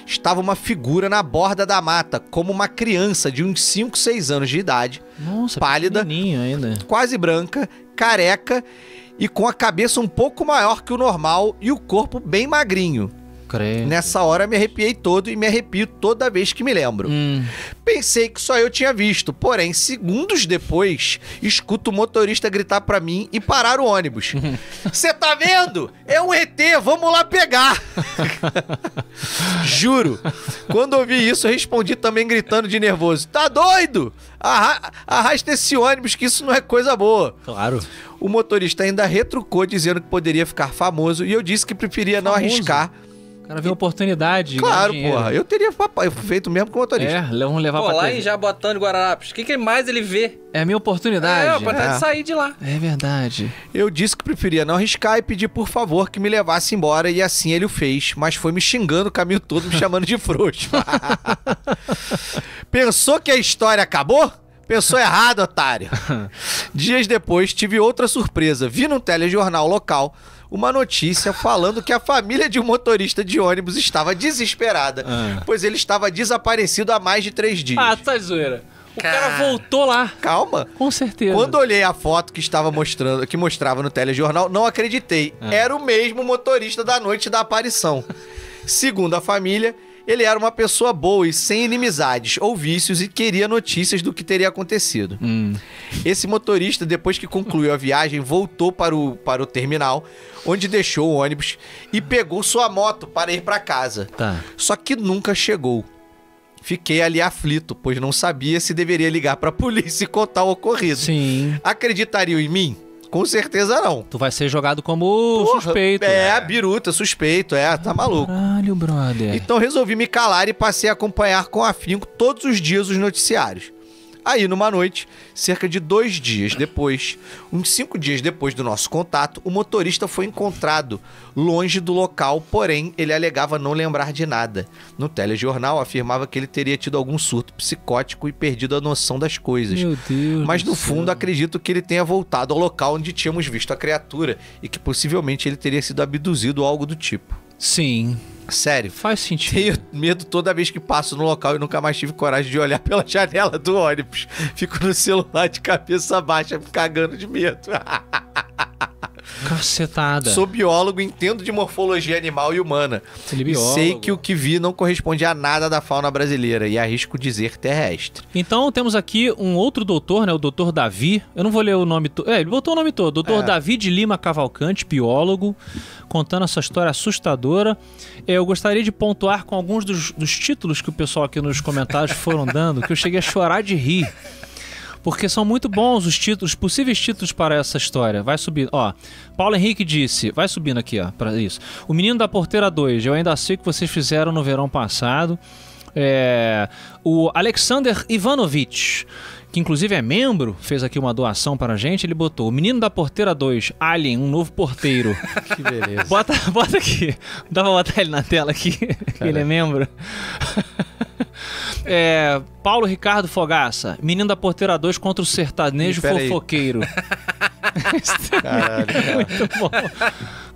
S2: estava uma figura na borda da mata, como uma criança de uns 5, 6 anos de idade,
S1: Nossa,
S2: Pálida.
S1: pequenininho ainda.
S2: quase branca, careca e com a cabeça um pouco maior que o normal e o corpo bem magrinho.
S1: Creio.
S2: Nessa hora me arrepiei todo e me arrepio toda vez que me lembro.
S1: Hum.
S2: Pensei que só eu tinha visto, porém, segundos depois, escuto o motorista gritar pra mim e parar o ônibus. Você tá vendo? É um ET, vamos lá pegar! Juro. Quando ouvi isso, respondi também gritando de nervoso. Tá doido? Arra- arrasta esse ônibus que isso não é coisa boa.
S1: Claro.
S2: O motorista ainda retrucou dizendo que poderia ficar famoso e eu disse que preferia não
S1: Famoso?
S2: arriscar.
S1: O cara vê oportunidade. ganha
S2: Claro,
S1: dinheiro.
S2: porra. Eu teria papai- feito mesmo com o motorista.
S1: É, le- vamos levar
S3: Pô,
S1: pra
S3: lá
S1: TV.
S3: em Jabotão de Guararapes. O que, que mais ele vê?
S1: É a minha
S3: É,
S1: oportunidade.
S3: oportunidade
S2: É.
S3: de sair de lá.
S1: É verdade.
S2: Eu disse que preferia não arriscar e pedi por favor que me levasse embora e assim ele o fez, mas foi me xingando o caminho todo, me chamando de frouxo. Pensou que a história acabou? Pensou errado, otário. Dias depois, tive outra surpresa. Vi num telejornal local uma notícia falando que a família de um motorista de ônibus estava desesperada,
S1: Ah.
S2: pois ele estava desaparecido há mais de três dias.
S1: Ah, tá zoeira. O cara,
S3: Cara.
S1: voltou lá.
S2: Calma.
S1: Com certeza.
S2: Quando olhei a foto que estava mostrando, que mostrava no telejornal, não acreditei.
S1: É.
S2: Era o mesmo motorista da noite da aparição. Segundo a família, ele era uma pessoa boa e sem inimizades ou vícios e queria notícias do que teria acontecido.
S1: Hum.
S2: Esse motorista, depois que concluiu a viagem, voltou para o, para o terminal, onde deixou o ônibus e pegou sua moto para ir para casa.
S1: Tá.
S2: Só que nunca chegou. Fiquei ali aflito, pois não sabia se deveria ligar para a polícia e contar o ocorrido.
S1: Sim.
S2: Acreditariam em mim? Com certeza não.
S1: Tu vai ser jogado como
S2: Porra,
S1: suspeito. né?
S2: É, biruta, suspeito, é, tá maluco.
S1: Caralho, brother.
S2: Então resolvi me calar e passei a acompanhar com afinco todos os dias os noticiários. Aí, numa noite, cerca de dois dias depois, uns cinco dias depois do nosso contato, o motorista foi encontrado longe do local, porém ele alegava não lembrar de nada. No telejornal afirmava que ele teria tido algum surto psicótico e perdido a noção das coisas.
S1: Meu Deus.
S2: Mas
S1: do
S2: no fundo
S1: céu.
S2: acredito que ele tenha voltado ao local onde tínhamos visto a criatura e que possivelmente ele teria sido abduzido ou algo do tipo.
S1: Sim.
S2: Sério,
S1: Faz sentido.
S2: tenho medo toda vez que passo no local e nunca mais tive coragem de olhar pela janela do ônibus. Fico no celular de cabeça baixa, me cagando de medo.
S1: Cacetada.
S2: Sou biólogo, entendo de morfologia animal e humana.
S1: Ele é
S2: E
S1: biólogo.
S2: sei que o que vi não corresponde a nada da fauna brasileira e arrisco dizer terrestre.
S1: Então temos aqui um outro doutor, né? O doutor Davi. Eu não vou ler o nome todo. É, ele botou o nome todo. Doutor
S2: É.
S1: Davi de Lima Cavalcante, biólogo, contando essa história assustadora. É, Eu gostaria de pontuar com alguns dos, dos títulos que o pessoal aqui nos comentários foram dando, que eu cheguei a chorar de rir. Porque são muito bons os títulos, possíveis títulos para essa história. Vai subindo. Ó, Paulo Henrique disse, vai subindo aqui, ó, para isso. O Menino da Porteira 2, eu ainda sei o que vocês fizeram no verão passado. É, o Alexander Ivanovich, que inclusive é membro, fez aqui uma doação para a gente. Ele botou: O Menino da Porteira 2, Alien, um novo porteiro.
S2: Que beleza.
S1: Bota, bota aqui. Dá pra botar ele na tela aqui? que Ele é membro. É, Paulo Ricardo Fogaça, menino da Porteira 2 contra o sertanejo
S2: Ih, pera aí.
S1: fofoqueiro.
S2: Caralho, cara.
S1: Muito bom.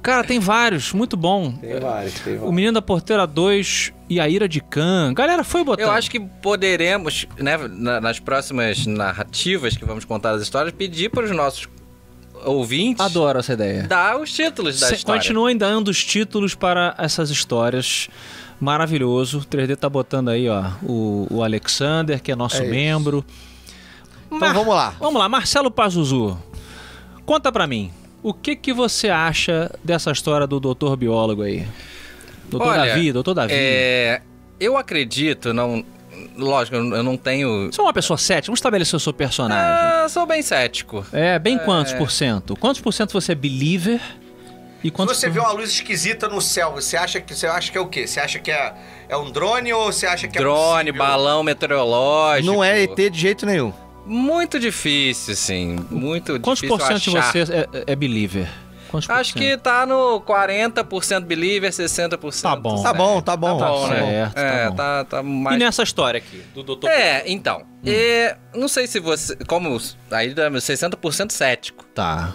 S1: Cara, tem vários, muito bom.
S2: Tem vários, tem
S1: O Menino da Porteira 2 e a Ira de Khan. Galera, foi botar.
S3: Eu acho que poderemos, né, na- nas próximas narrativas que vamos contar as histórias, pedir para os nossos ouvintes
S1: Adoro essa ideia.
S3: dar os títulos da
S1: Se-
S3: história.
S1: Continuem dando os títulos para essas histórias. Maravilhoso. O 3D tá botando aí, ó, o, o Alexander, que é nosso
S2: É isso.
S1: membro.
S2: Então vamos lá.
S1: Vamos lá, Marcelo Pazuzu. Conta pra mim, o que que você acha dessa história do doutor biólogo aí? Doutor
S3: Olha,
S1: Davi, doutor Davi.
S3: É, eu acredito, não, lógico, eu eu não tenho...
S1: Você é uma pessoa cética, vamos estabelecer o seu personagem.
S3: Ah, sou bem cético.
S1: É, bem quantos por cento? Quantos por cento você é believer? E quantos
S2: Se você
S1: por-
S2: vê uma luz esquisita no céu, você acha que você acha que é o quê? Você acha que é, é um drone ou você acha que
S3: Drone,
S2: é
S3: balão meteorológico.
S2: Não é ET de jeito nenhum.
S3: Muito difícil, sim. Muito
S1: Quantos
S3: difícil
S1: por cento de
S3: achar.
S1: você é, é believer? Quantos por
S3: Acho
S1: cento?
S3: que tá no 40% believer, 60%.
S1: Tá bom.
S2: Tá bom, tá bom.
S3: Tá bom,
S1: tá
S3: né?
S1: certo, tá
S3: é,
S1: bom.
S3: tá, tá
S1: E né? Hum.
S3: mais
S1: nessa história aqui, do doutor...
S3: É, então. é, não sei se você. Como. Aí dá 60% cético.
S1: Tá.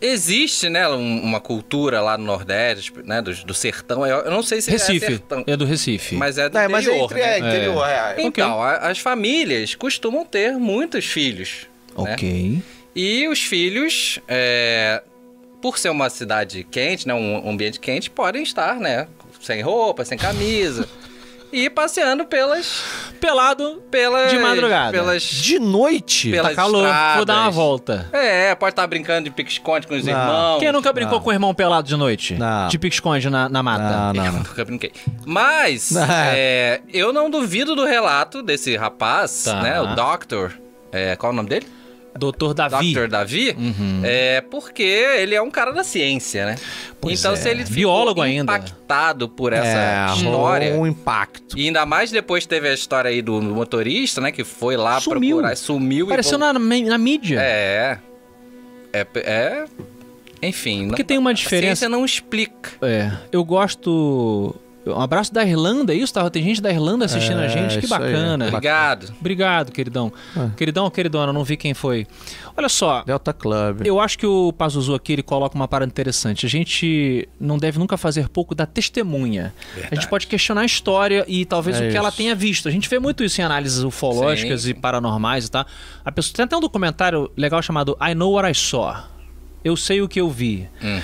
S3: Existe, né, um- uma cultura lá no Nordeste, né, do, do sertão. Eu eu não sei se é
S1: Recife.
S3: sertão.
S1: É do Recife.
S3: Mas é do
S2: Não, mas é
S3: interior,
S2: entre-
S3: né?
S2: é interior, é.
S3: Então, a- as famílias costumam ter muitos filhos. né?
S1: Ok.
S3: E os filhos, é, por ser uma cidade quente, né, um ambiente quente, podem estar, né, sem roupa, sem camisa. e passeando pelas,
S1: Pelado,
S3: pelas...
S1: De madrugada.
S3: Pelas
S2: De noite?
S3: Pela-
S1: tá
S3: Pelas
S1: calor, vou
S3: estradas.
S1: dar uma volta.
S3: É, pode estar brincando de pique-esconde com os
S2: Não.
S3: irmãos.
S1: Quem nunca brincou
S2: Não.
S1: com o irmão pelado de noite?
S2: Não.
S1: De pique-esconde na, na mata?
S2: Não, não,
S3: Eu
S2: não.
S3: nunca brinquei. Mas,
S2: Não.
S3: é, eu não duvido do relato desse rapaz,
S1: Tá.
S3: né? O Doctor. é, qual é o nome dele?
S1: Doutor Davi. Uhum.
S3: Dr. Davi. É, porque ele é um cara da ciência, né?
S1: Pois
S3: então,
S1: é.
S3: se ele ficou
S1: Biólogo ainda.
S3: impactado por essa
S2: É,
S3: história.
S2: rolou um impacto.
S3: E ainda mais depois teve a história aí do motorista, né? Que foi lá
S1: Sumiu.
S3: procurar, sumiu
S1: Apareceu
S3: e.
S1: na, na mídia.
S3: É. É. é enfim.
S1: Porque tem uma
S3: A
S1: diferença.
S3: ciência não explica.
S1: É. Eu gosto. Um abraço da Irlanda, é isso? Tava, tem gente da Irlanda assistindo
S2: É,
S1: a gente. Que
S2: isso aí.
S3: tá
S1: bacana. Ah.
S2: Bacana.
S3: Obrigado.
S1: Obrigado, queridão.
S2: É.
S1: Queridão ou queridona, não vi quem foi. Olha só,
S2: Delta Club.
S1: Eu acho que o Pazuzu aqui ele coloca uma parada interessante. A gente não deve nunca fazer pouco da testemunha. A gente pode questionar a história e talvez
S2: É
S1: o que ela
S2: isso.
S1: tenha visto. A gente vê muito isso em análises ufológicas
S3: Sim,
S1: e paranormais e tal. A pessoa tem até um documentário legal chamado I Know What I Saw. Eu sei o que eu vi.
S3: Uhum.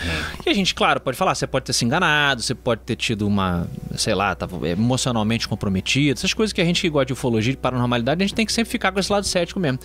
S1: E a gente, claro, pode falar, você pode ter se enganado, você pode ter tido uma, sei lá, tava emocionalmente comprometido, essas coisas que a gente que gosta de ufologia e de paranormalidade, a gente tem que sempre ficar com esse lado cético mesmo.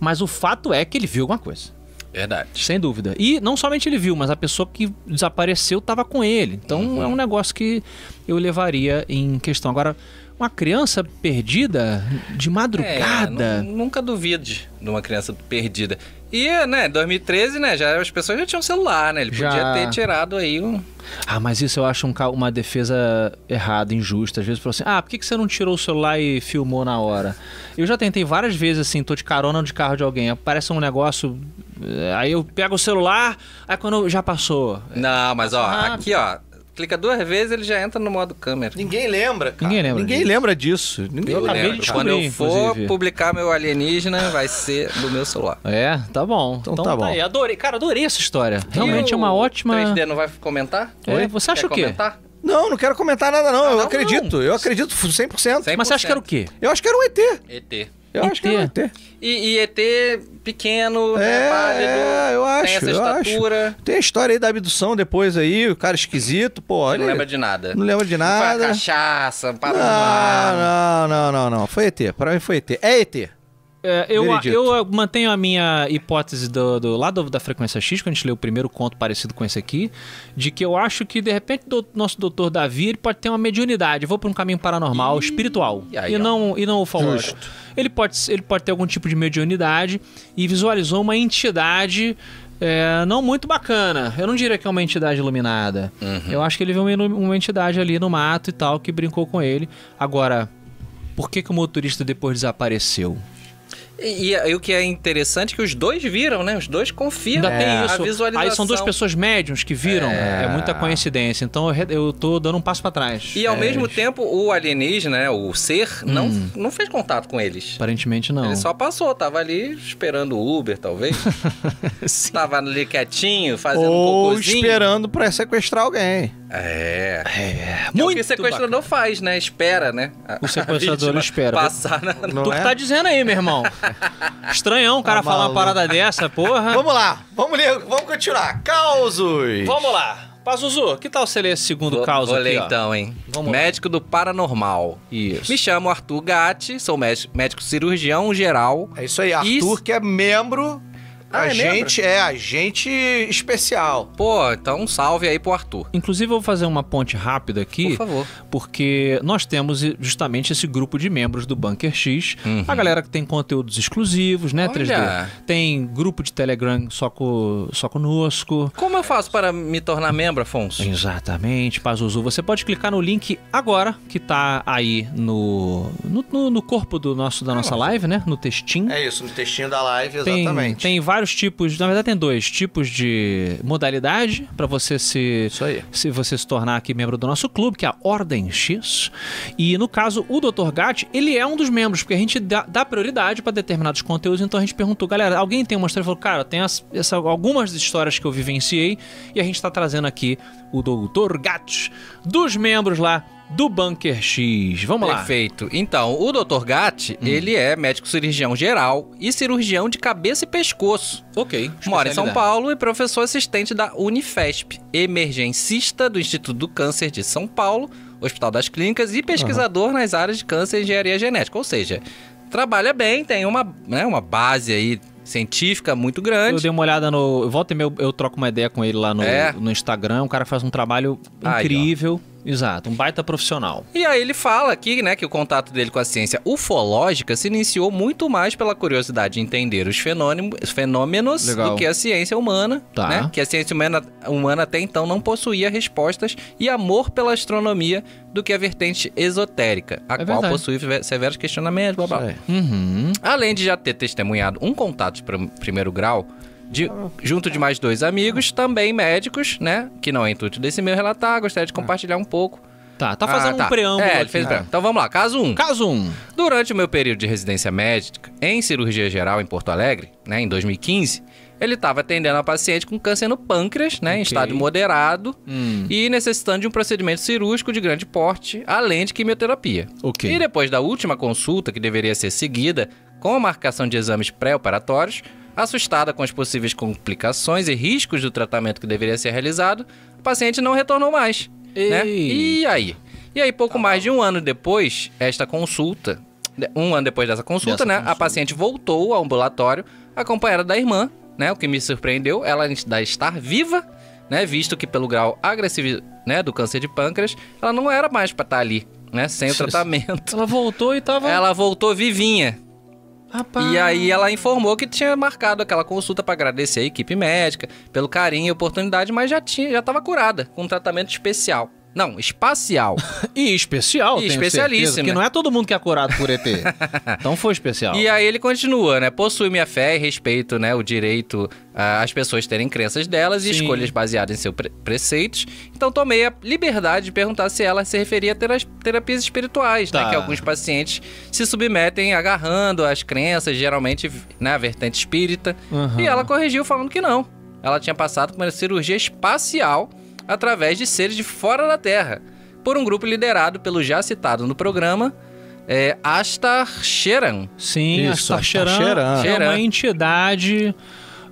S1: Mas o fato é que ele viu alguma coisa.
S3: Verdade.
S1: Sem dúvida. E não somente ele viu, mas a pessoa que desapareceu estava com ele. Então é um negócio que eu levaria em questão. Agora, uma criança perdida de
S3: É,
S1: madrugada.
S3: nu- nunca duvide de uma criança perdida. E, né, 2013, né, já, as pessoas já tinham celular, né? Ele
S1: Já.
S3: podia ter tirado aí um...
S1: Ah, mas isso eu acho um ca- uma defesa errada, injusta. Às vezes fala assim: ah, por que, que você não tirou o celular e filmou na hora? Eu já tentei várias vezes assim, tô de carona de carro de alguém, aparece um negócio. eh, Aí eu pego o celular, aí quando eu- já passou.
S3: Não, mas ó,
S1: Ah.
S3: aqui ó, clica duas vezes ele já entra no modo câmera.
S2: Ninguém lembra, cara.
S1: Ninguém lembra
S2: Ninguém
S1: disso.
S2: lembra disso. Ninguém
S1: Eu acabei de
S3: lembro. Quando eu
S1: descobrir,
S3: for
S1: inclusive.
S3: publicar meu alienígena, vai ser do meu celular.
S1: É, tá bom.
S2: Então tá bom.
S1: aí, adorei. Cara, adorei essa história. Realmente
S3: E
S1: é uma
S3: o
S1: ótima.
S3: 3D não vai comentar?
S1: É,
S3: Oi?
S1: você acha
S3: Quer
S1: o quê?
S3: Comentar?
S2: Não, não quero comentar nada, não. eu
S3: não,
S2: acredito. Eu acredito 100%.
S1: Mas você acha que era o quê?
S2: Eu acho que era um ET.
S3: ET.
S2: Eu acho que era um
S1: ET.
S2: ET.
S3: E, e ET pequeno, né,
S2: É,
S3: pálido,
S2: é, eu acho,
S3: tem essa
S2: eu acho.
S3: estatura,
S2: Tem a história aí da abdução depois aí, o cara esquisito, pô. olha,
S3: não lembra de nada.
S2: não lembra de
S3: Não foi a
S2: nada.
S3: cachaça, parou ah,
S2: Ah, não, não, não, não. Foi ET. Pra mim foi ET. É ET.
S1: É, eu,
S2: Veredito.
S1: eu mantenho a minha hipótese do, do lado da frequência X, quando a gente leu o primeiro conto parecido com esse aqui, de que eu acho que, de repente, o do- nosso doutor Davi ele pode ter uma mediunidade. Eu vou para um caminho paranormal, espiritual.
S3: e aí,
S1: e,
S3: ó.
S1: não, e não ufológico. Ele pode, ser- ele pode ter algum tipo de mediunidade e visualizou uma entidade. é, não muito bacana. Eu não diria que é uma entidade iluminada.
S3: Uhum.
S1: Eu acho que ele viu uma, ilu- uma entidade ali no mato e tal, que brincou com ele. Agora, por que, que o motorista depois desapareceu?
S3: E, e- e o que é interessante é que os dois viram, né? Os dois confirmam
S1: Ainda tem
S3: a
S1: isso.
S3: visualização.
S1: Aí são duas pessoas médiums que viram. É, muita coincidência. Então eu, re- eu tô dando um passo pra trás.
S3: E ao mesmo tempo, o alienígena, né, o ser, não, não fez contato com eles.
S1: Aparentemente Hum. não.
S3: Ele só passou, tava ali esperando o Uber, talvez.
S1: Sim.
S3: tava ali quietinho, fazendo um
S2: Ou
S3: cocôzinho.
S2: esperando pra sequestrar alguém.
S3: É.
S1: É,
S3: É o
S1: muito
S3: que o sequestrador faz, né? Espera, né? A-
S1: O sequestrador
S3: a vítima
S1: espera.
S3: Passar na...
S1: bacana.
S2: Não
S1: Tu
S2: é?
S1: que tá dizendo aí, meu irmão. Estranhão o cara
S2: Tá
S1: falar uma
S2: maluco.
S1: parada dessa, porra.
S2: Vamos lá, vamos ler, vamos continuar. Causos!
S1: Vamos lá. Pazuzu, que tal você ler esse segundo
S3: Vou-
S1: caos
S3: Vou
S1: aqui,
S3: ler
S1: ó?
S3: então, hein?
S1: Vamos lá.
S3: médico do Paranormal.
S1: Isso.
S3: Me chamo Arthur Gatti, sou mé- médico cirurgião geral.
S2: É isso aí, Arthur,
S3: Isso.
S2: que é membro.
S3: Ah, é
S2: agente, é, agente especial.
S3: Pô, então um salve aí pro Arthur.
S1: Inclusive, eu vou fazer uma ponte rápida aqui.
S3: Por favor.
S1: porque nós temos justamente esse grupo de membros do Bunker X, a galera que tem conteúdos exclusivos, né,
S3: Uhum. Olha.
S1: 3D? Tem grupo de Telegram só, co, só conosco.
S3: Como eu faço para me tornar membro, Afonso?
S1: Exatamente, Pazuzu. Você pode clicar no link agora, que tá aí no, no, no- no corpo do nosso,
S3: Ah,
S1: da nossa live, né? No textinho.
S2: É isso, no textinho da live,
S1: Tem,
S2: exatamente.
S1: tem vários tipos, na verdade tem dois tipos de modalidade para você se
S2: Isso aí.
S1: se você se tornar aqui membro do nosso clube, que é a Ordem X. E no caso, o Dr. Gatti, ele é um dos membros, porque a gente dá, dá prioridade para determinados conteúdos. Então a gente perguntou, galera, alguém tem uma história? Falou, cara, tem as- essa- algumas histórias que eu vivenciei e a gente está trazendo aqui o Dr. Gatti dos membros lá do Bunker X. Vamos lá. Hum.
S3: Perfeito. Então, o Dr. Gatti, ele é médico cirurgião geral e cirurgião de cabeça e pescoço.
S1: Ok.
S3: Mora em São
S1: especialidade.
S3: Paulo e professor assistente da Unifesp, emergencista do Instituto do Câncer de São Paulo, Hospital das Clínicas e pesquisador nas áreas de câncer e engenharia genética. Ou seja, trabalha bem, tem uma, né, uma base aí científica muito
S1: Eu
S3: grande.
S1: dei uma olhada no. Volta e meia eu- eu troco uma ideia com ele lá no,
S3: É.
S1: no Instagram. O cara faz um trabalho
S3: Aí, ó.
S1: incrível. Exato, um baita profissional.
S3: E aí ele fala aqui, né, que o contato dele com a ciência ufológica se iniciou muito mais pela curiosidade de entender os fenômenos, fenômenos
S1: Legal.
S3: do que a ciência humana,
S1: Tá.
S3: né? Que a ciência humana, humana até então não possuía respostas e amor pela astronomia do que a vertente esotérica, a
S1: É
S3: qual
S1: verdade.
S3: possui ve- severos questionamentos, blá blá.
S2: Isso aí.
S1: Uhum.
S3: Além de já ter testemunhado um contato de prim- primeiro grau, de-
S1: Ah.
S3: junto de mais dois amigos, também médicos, né? Que não é intuito desse meu relatar, gostaria de
S1: Ah.
S3: compartilhar um pouco.
S1: Tá, tá
S3: Ah,
S1: fazendo um preâmbulo
S3: É, ele
S1: aqui.
S3: fez um preâmbulo. Então vamos lá, caso 1. Um.
S1: Caso 1. Um.
S3: Durante o meu período de residência médica em cirurgia geral em Porto Alegre, né, em 2015, ele estava atendendo a paciente com câncer no pâncreas, né,
S1: Ok.
S3: em estado moderado
S1: Hum,
S3: e necessitando de um procedimento cirúrgico de grande porte, além de quimioterapia.
S1: ok.
S3: E depois da última consulta, que deveria ser seguida, com a marcação de exames pré-operatórios, assustada com as possíveis complicações e riscos do tratamento que deveria ser realizado, o paciente não retornou mais.
S1: Ei. Tá
S3: Né? E aí? E aí, pouco mais de um ano depois, esta consulta. né, Um ano depois dessa consulta,
S1: Dessa
S3: né? A
S1: consulta.
S3: paciente voltou ao ambulatório, acompanhada da irmã, né? O que me surpreendeu, ela ainda estar viva, né? Visto que pelo grau agressivo né, do câncer de pâncreas, ela não era mais pra estar ali, né? Sem o tratamento.
S1: Ela voltou e tava.
S3: Ela voltou vivinha.
S1: Rapaz.
S3: E aí ela informou que tinha marcado aquela consulta pra agradecer a equipe médica pelo carinho e oportunidade, mas já tinha, já estava curada com um tratamento especial. Não, espacial.
S1: E especial,
S3: E
S1: tenho
S3: especialíssima.
S1: certeza, Porque não é todo mundo que é curado por ET. então foi especial.
S3: E aí ele continua, né? Possui minha fé e respeito, né? O direito ah, às pessoas terem crenças delas e
S1: Sim.
S3: escolhas baseadas em seus pre- preceitos. Então tomei a liberdade de perguntar se ela se referia a teras- terapias espirituais,
S1: Tá.
S3: né? Que alguns pacientes se submetem agarrando as crenças, geralmente na vertente espírita.
S1: Aham.
S3: E ela corrigiu falando que não. Ela tinha passado por uma cirurgia espacial através de seres de fora da Terra, por um grupo liderado pelo já citado no programa, é, Astar Sheran.
S1: Sim,
S2: Isso,
S1: a
S2: a
S3: tá
S1: Tacheran é
S3: Tacheran.
S1: uma entidade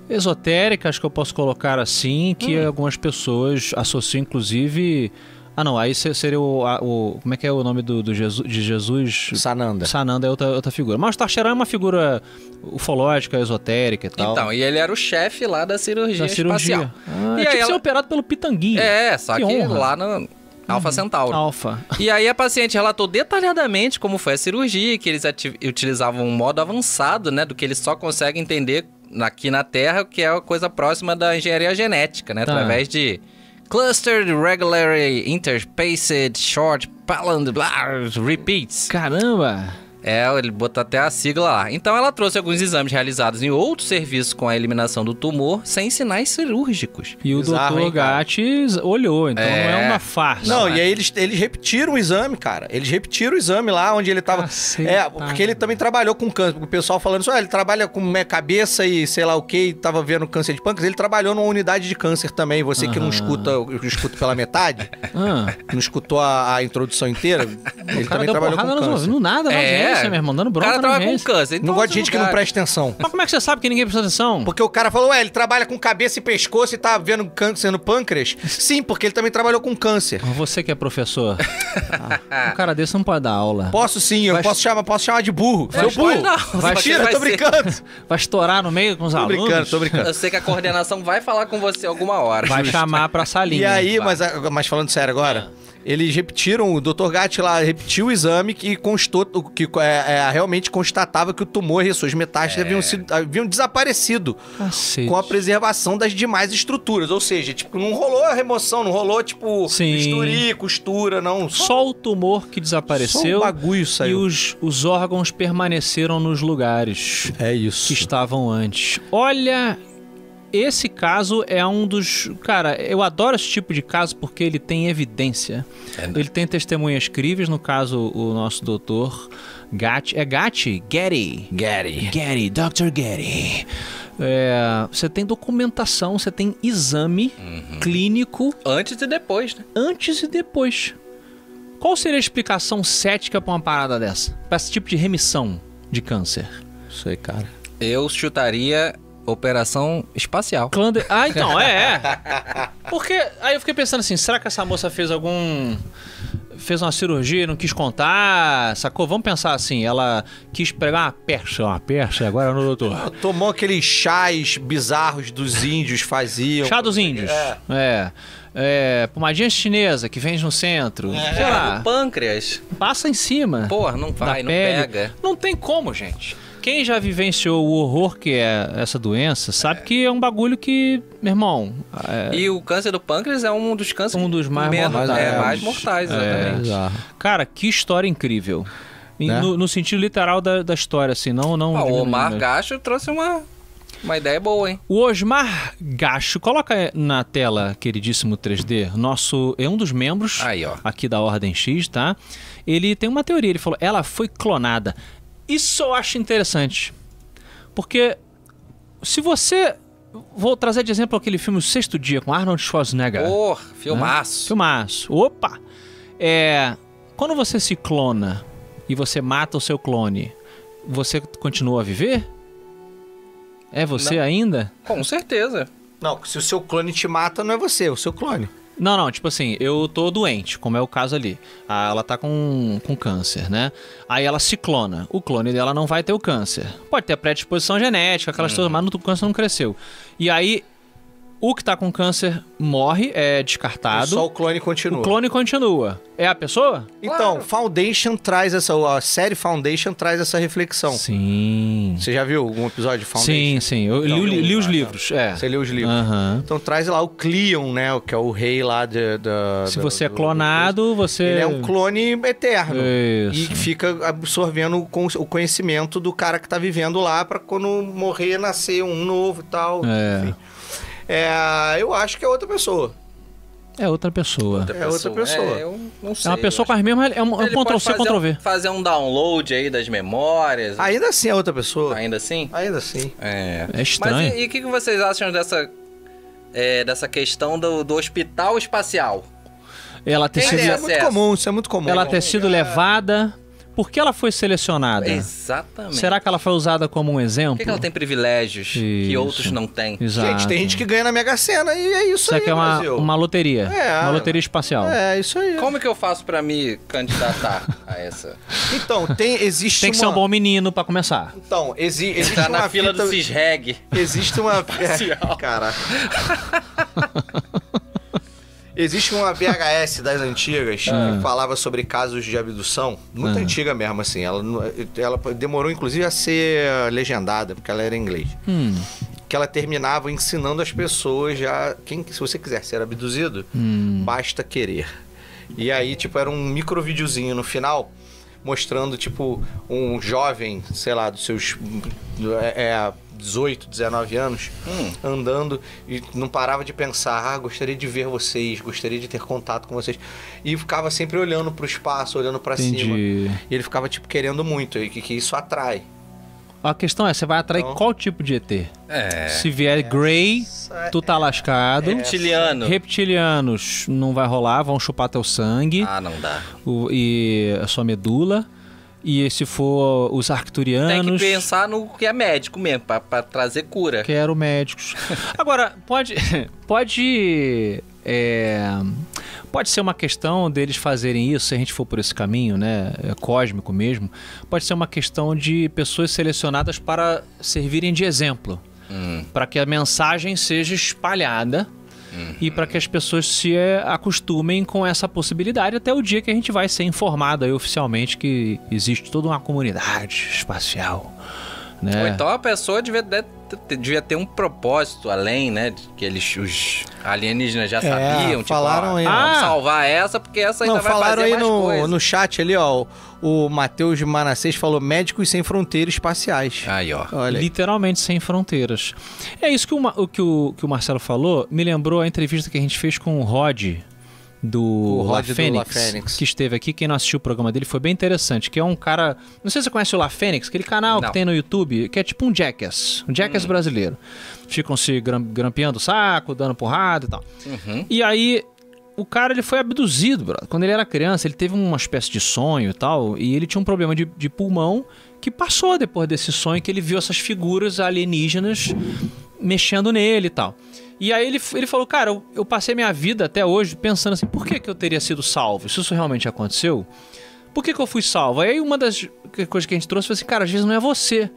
S1: esotérica, acho que eu posso colocar assim, que
S3: Hum.
S1: algumas pessoas associam, inclusive. Ah, não, aí se- seria o. a- o- como é que é o nome do, do Jesus, de Jesus?
S2: Sananda.
S1: Sananda é outra, outra figura. Mas o Tacheran é uma figura uh, ufológica, esotérica e tal.
S3: Então, e ele era o chefe lá da cirurgia,
S2: é
S1: da cirurgia.
S3: espacial.
S1: Ah,
S3: E
S1: é
S3: aí
S1: tipo
S3: ela-
S1: ser operado pelo Pitanguinha.
S3: É, só
S1: Que
S3: que,
S1: honra. Uhum.
S3: lá na Alpha Centauro.
S1: Alfa.
S3: E aí a paciente relatou detalhadamente como foi a cirurgia, que eles ati- utilizavam um modo avançado, né, do que eles só conseguem entender aqui na Terra, que é a coisa próxima da engenharia genética, né,
S1: Tá.
S3: através de clustered regularly interspaced short paland blah, repeats.
S1: Caramba!
S3: É, ele botou até a sigla lá. Então ela trouxe alguns exames realizados em outros serviços com a eliminação do tumor sem sinais cirúrgicos.
S1: E o
S2: Bizarro,
S1: Dr.
S2: hein, cara?
S1: Gates olhou, então não é
S3: É.
S1: uma farsa.
S2: Não,
S1: né?
S2: e aí eles, eles repetiram o exame, cara. Eles repetiram o exame lá onde ele tava.
S1: Cacetada.
S2: É, porque ele também trabalhou com câncer. O pessoal falando isso, ah, ele trabalha com né, cabeça e sei lá o que, tava vendo câncer de pâncreas. Ele trabalhou numa unidade de câncer também. Você que não
S1: Aham.
S2: escuta, eu escuto pela metade,
S1: Ah.
S2: não escutou a, a introdução inteira, ele
S1: O cara
S2: também
S1: deu
S2: trabalhou
S1: porrada
S2: com
S1: nos
S2: câncer.
S1: ouvidos. No nada, na
S3: É.
S1: audiência, meu irmão. Dando
S3: O
S1: bronca
S3: cara
S1: na
S3: trabalha com
S1: audiência.
S3: câncer. Então,
S2: Não gosto de gente que não
S3: presta
S2: presta atenção.
S1: Mas como é que você sabe que ninguém presta atenção?
S2: Porque o cara falou, ué, ele trabalha com cabeça e pescoço e tá vendo câncer no pâncreas? Sim, porque ele também trabalhou com câncer.
S1: Você que é professor. Ah, um cara desse não pode dar aula.
S2: Posso sim, eu
S1: Vai-
S2: posso, chamar, posso chamar de burro. Seu
S3: Mas pode
S2: burro!
S3: não,
S1: vai- Tá,
S2: Mentira, eu
S3: vai
S2: tô
S3: ser-
S2: brincando.
S1: Vai estourar no meio com os
S2: Tô
S1: alunos?
S2: brincando, tô brincando.
S3: Eu sei que a coordenação vai falar com você alguma hora.
S1: Vai
S3: Justo.
S1: chamar pra salinha.
S2: E aí,
S3: vai.
S2: mas, a- mas falando sério agora,
S1: Ah.
S2: eles repetiram, o Dr. Gatti lá repetiu o exame que constou, que é, é, realmente constatava que o tumor e suas
S1: É.
S2: metástases haviam, sido- haviam desaparecido
S1: Cacete.
S2: com a preservação das demais estruturas. Ou seja, tipo, não rolou a remoção, não rolou, tipo,
S1: Sim.
S2: bisturi, costura, não.
S1: Só o tumor que
S2: Só
S1: desapareceu
S2: um bagulho
S1: e
S2: saiu.
S1: os, os órgãos permaneceram nos lugares
S2: É
S1: que
S2: isso.
S1: estavam antes. Olha, esse caso é um dos. Cara, eu adoro esse tipo de caso porque ele tem evidência.
S3: É,
S1: Ele tem testemunhas críveis, no caso, o nosso doutor Gatti. É Gatti? Getty.
S3: Gary.
S1: Getty, Dr. Getty. É, você tem documentação, você tem exame
S2: Uhum.
S1: clínico
S3: Antes e depois, né?
S1: antes e depois. Qual seria a explicação cética pra uma parada dessa? Pra esse tipo de remissão de câncer?
S2: Isso aí, cara.
S3: Eu chutaria Operação Espacial.
S1: Clande... Ah, então, é, é. Porque aí eu fiquei pensando assim, será que essa moça fez algum... Fez uma cirurgia e não quis contar, sacou? Vamos pensar assim, ela quis pregar uma percha, uma percha agora é no doutor.
S2: Tomou aqueles chás bizarros dos índios faziam.
S1: Chá dos índios. É. É, pomadinha chinesa que vende no centro. Sei lá,
S3: O pâncreas.
S1: passa em cima.
S3: Porra, não vai,
S1: da
S3: não
S1: pele.
S3: pega.
S1: Não tem como, gente. Quem já vivenciou o horror que é essa doença sabe que é um bagulho que, meu irmão, é
S3: E o câncer do pâncreas é um dos cânceres
S1: um dos mais
S3: menos-
S1: mortais.
S3: É, mais mortais,
S1: É.
S3: exatamente.
S1: Cara, que história incrível. E
S2: Né?
S1: No, no sentido literal da, da história, assim, não. não
S3: Ah, o
S1: diminuindo,
S3: Omar
S1: né?
S3: Gacho trouxe uma, uma ideia boa, hein?
S1: O Osmar Gacho, coloca na tela, queridíssimo 3D, nosso. É um dos membros
S3: Aí, ó.
S1: aqui da Ordem X, tá? Ele tem uma teoria, ele falou, ela foi clonada. Isso eu acho interessante. Porque se você. Vou trazer de exemplo aquele filme O Sexto Dia com Arnold Schwarzenegger.
S3: Porra,
S1: né?
S3: filmaço.
S1: Filmaço. Opa! É. Quando você se clona e você mata o seu clone, você continua a viver? É você ainda?
S3: Com certeza.
S2: Não, se o seu clone te mata, não é você, é o seu clone.
S1: Não, não, tipo assim, eu tô doente, como é o caso ali. Ah, ela tá com, com câncer, né? Aí ela se clona. O clone dela não vai ter o câncer. Pode ter a predisposição genética, aquelas coisas, mas o câncer não cresceu. E aí, o que tá com câncer morre, é descartado.
S2: Só o clone continua.
S1: O clone continua. É a pessoa?
S2: Então, Foundation traz essa. A série Foundation traz essa reflexão.
S1: Sim.
S2: Você já viu algum episódio de
S1: Sim,
S2: Foundation?
S1: sim. Eu
S2: Então,
S1: li, o li-
S2: não,
S1: li os
S2: tá, tá.
S1: livros. É.
S2: Você leu os livros.
S1: Aham.
S2: Então traz lá o Cleon, né? o Que é o rei lá de- da.
S1: Se
S2: da-
S1: você é
S2: do-
S1: clonado, você.
S2: Ele é um clone eterno.
S1: Isso.
S2: E fica absorvendo o con- o conhecimento do cara que tá vivendo lá pra quando morrer, nascer um novo e tal.
S1: É.
S2: Enfim. É, eu acho que é outra pessoa.
S1: É outra pessoa.
S2: É outra pessoa.
S3: É, eu não sei,
S1: É uma pessoa com as mesmas. É um, é um Ctrl C, Ctrl V.
S3: Fazer um download aí das memórias,
S2: Ainda assim é outra pessoa.
S3: ainda assim.
S2: Ainda assim.
S3: É.
S1: É estranho.
S3: Mas e o que, que vocês acham dessa, é, dessa questão do, do hospital espacial?
S1: Ela ter
S3: Quem
S1: sido,
S3: tem
S2: Isso é
S3: acesso?
S2: muito comum, isso é muito comum.
S1: ela ter sido levada. Por que ela foi selecionada?
S3: Exatamente.
S1: Será que ela foi usada como um exemplo?
S3: Por que, que ela tem privilégios que
S1: Isso.
S3: outros não têm?
S1: Exato.
S2: Gente, tem gente que ganha na Mega Sena e é isso,
S1: Isso
S2: aí,
S1: aqui é uma,
S2: Brasil.
S1: uma loteria.
S2: É.
S1: uma loteria espacial.
S2: É, isso aí.
S3: Como que eu faço pra me candidatar a essa?
S2: Então, tem, existe
S1: Tem que ser
S2: uma...
S1: um bom menino pra começar.
S2: Então, exi- existe
S3: Tá
S2: uma
S3: na fila do
S2: fita-
S3: Cisreg.
S2: Existe uma.
S3: Espacial.
S2: Caraca. Existe uma VHS das antigas que falava sobre casos de abdução, muito
S1: Ah.
S2: antiga mesmo, assim. Ela, não- ela demorou, inclusive, a ser legendada, porque ela era em inglês.
S1: Hum.
S2: Que ela terminava ensinando as pessoas já. Quem, se você quiser ser abduzido, basta querer. E aí, tipo, era um micro videozinho no final. Mostrando, tipo, um jovem, sei lá, dos seus é, é, 18, 19 anos,
S3: Hum.
S2: andando e não parava de pensar, ah, gostaria de ver vocês, gostaria de ter contato com vocês. E ficava sempre olhando pro espaço, olhando pra cima. E
S1: Entendi.
S2: ele ficava, tipo, querendo muito, e que, que isso atrai.
S1: A questão é, você vai atrair
S2: Então-
S1: qual tipo de ET?
S3: É.
S1: Se vier Grey, tu tá
S2: É.
S1: lascado.
S3: Reptiliano.
S1: Reptilianos não vai rolar, vão chupar teu sangue.
S3: Ah, não dá.
S1: o- e a sua medula. E se for os
S3: Tem que
S1: arcturianos,
S3: pensar no que é médico mesmo, pra, pra trazer cura.
S1: quero médicos. Agora, pode. Pode. é, pode ser uma questão deles fazerem isso, se a gente for por esse caminho, né? é, Cósmico mesmo. Pode ser uma questão de pessoas selecionadas para servirem de exemplo. Para que a mensagem seja espalhada. E para que as pessoas se é, acostumem com essa possibilidade até o dia que a gente vai ser informado aí oficialmente que existe toda uma comunidade espacial. Né?
S3: Ou então a pessoa devia, de- devia ter um propósito além, né? de Que eles, os alienígenas já sabiam. Tipo,
S2: É, falaram
S3: ó,
S2: aí,
S1: ó.
S3: Vamos salvar essa, porque essa ainda
S2: Não,
S3: vai fazer
S2: falaram aí
S3: mais
S2: no,
S3: coisa.
S2: no chat ali, ó. O, o Matheus Manassés falou médicos sem fronteiras
S1: Ah,
S2: espaciais.
S3: Aí, ó.
S2: Olha. aí.
S1: Literalmente sem fronteiras. É isso que o, Ma- o que o, que o Marcelo falou, me lembrou a entrevista que a gente fez com o Rod do
S2: O
S1: La
S2: Rod do
S1: Fênix,
S2: La Fênix.
S1: que esteve aqui. Quem não assistiu o programa dele foi bem interessante, que é um cara, não sei se você conhece o La Fênix, aquele canal
S3: Não.
S1: que tem no YouTube, que é tipo um Jackass, um
S2: Hum.
S1: Jackass brasileiro. Ficam se gram- grampeando o saco, dando porrada e tal.
S3: Uhum.
S1: E aí, o cara ele foi abduzido, brother. Quando ele era criança, ele teve uma espécie de sonho e tal, e ele tinha um problema de, de pulmão que passou depois desse sonho que ele viu essas figuras alienígenas mexendo nele e tal. E aí ele, ele falou, cara, eu, eu passei minha vida até hoje pensando assim, por que, que eu teria sido salvo? Se isso realmente aconteceu, por que, que eu fui salvo? Aí uma das que- coisas que a gente trouxe foi assim, cara, às vezes não é você.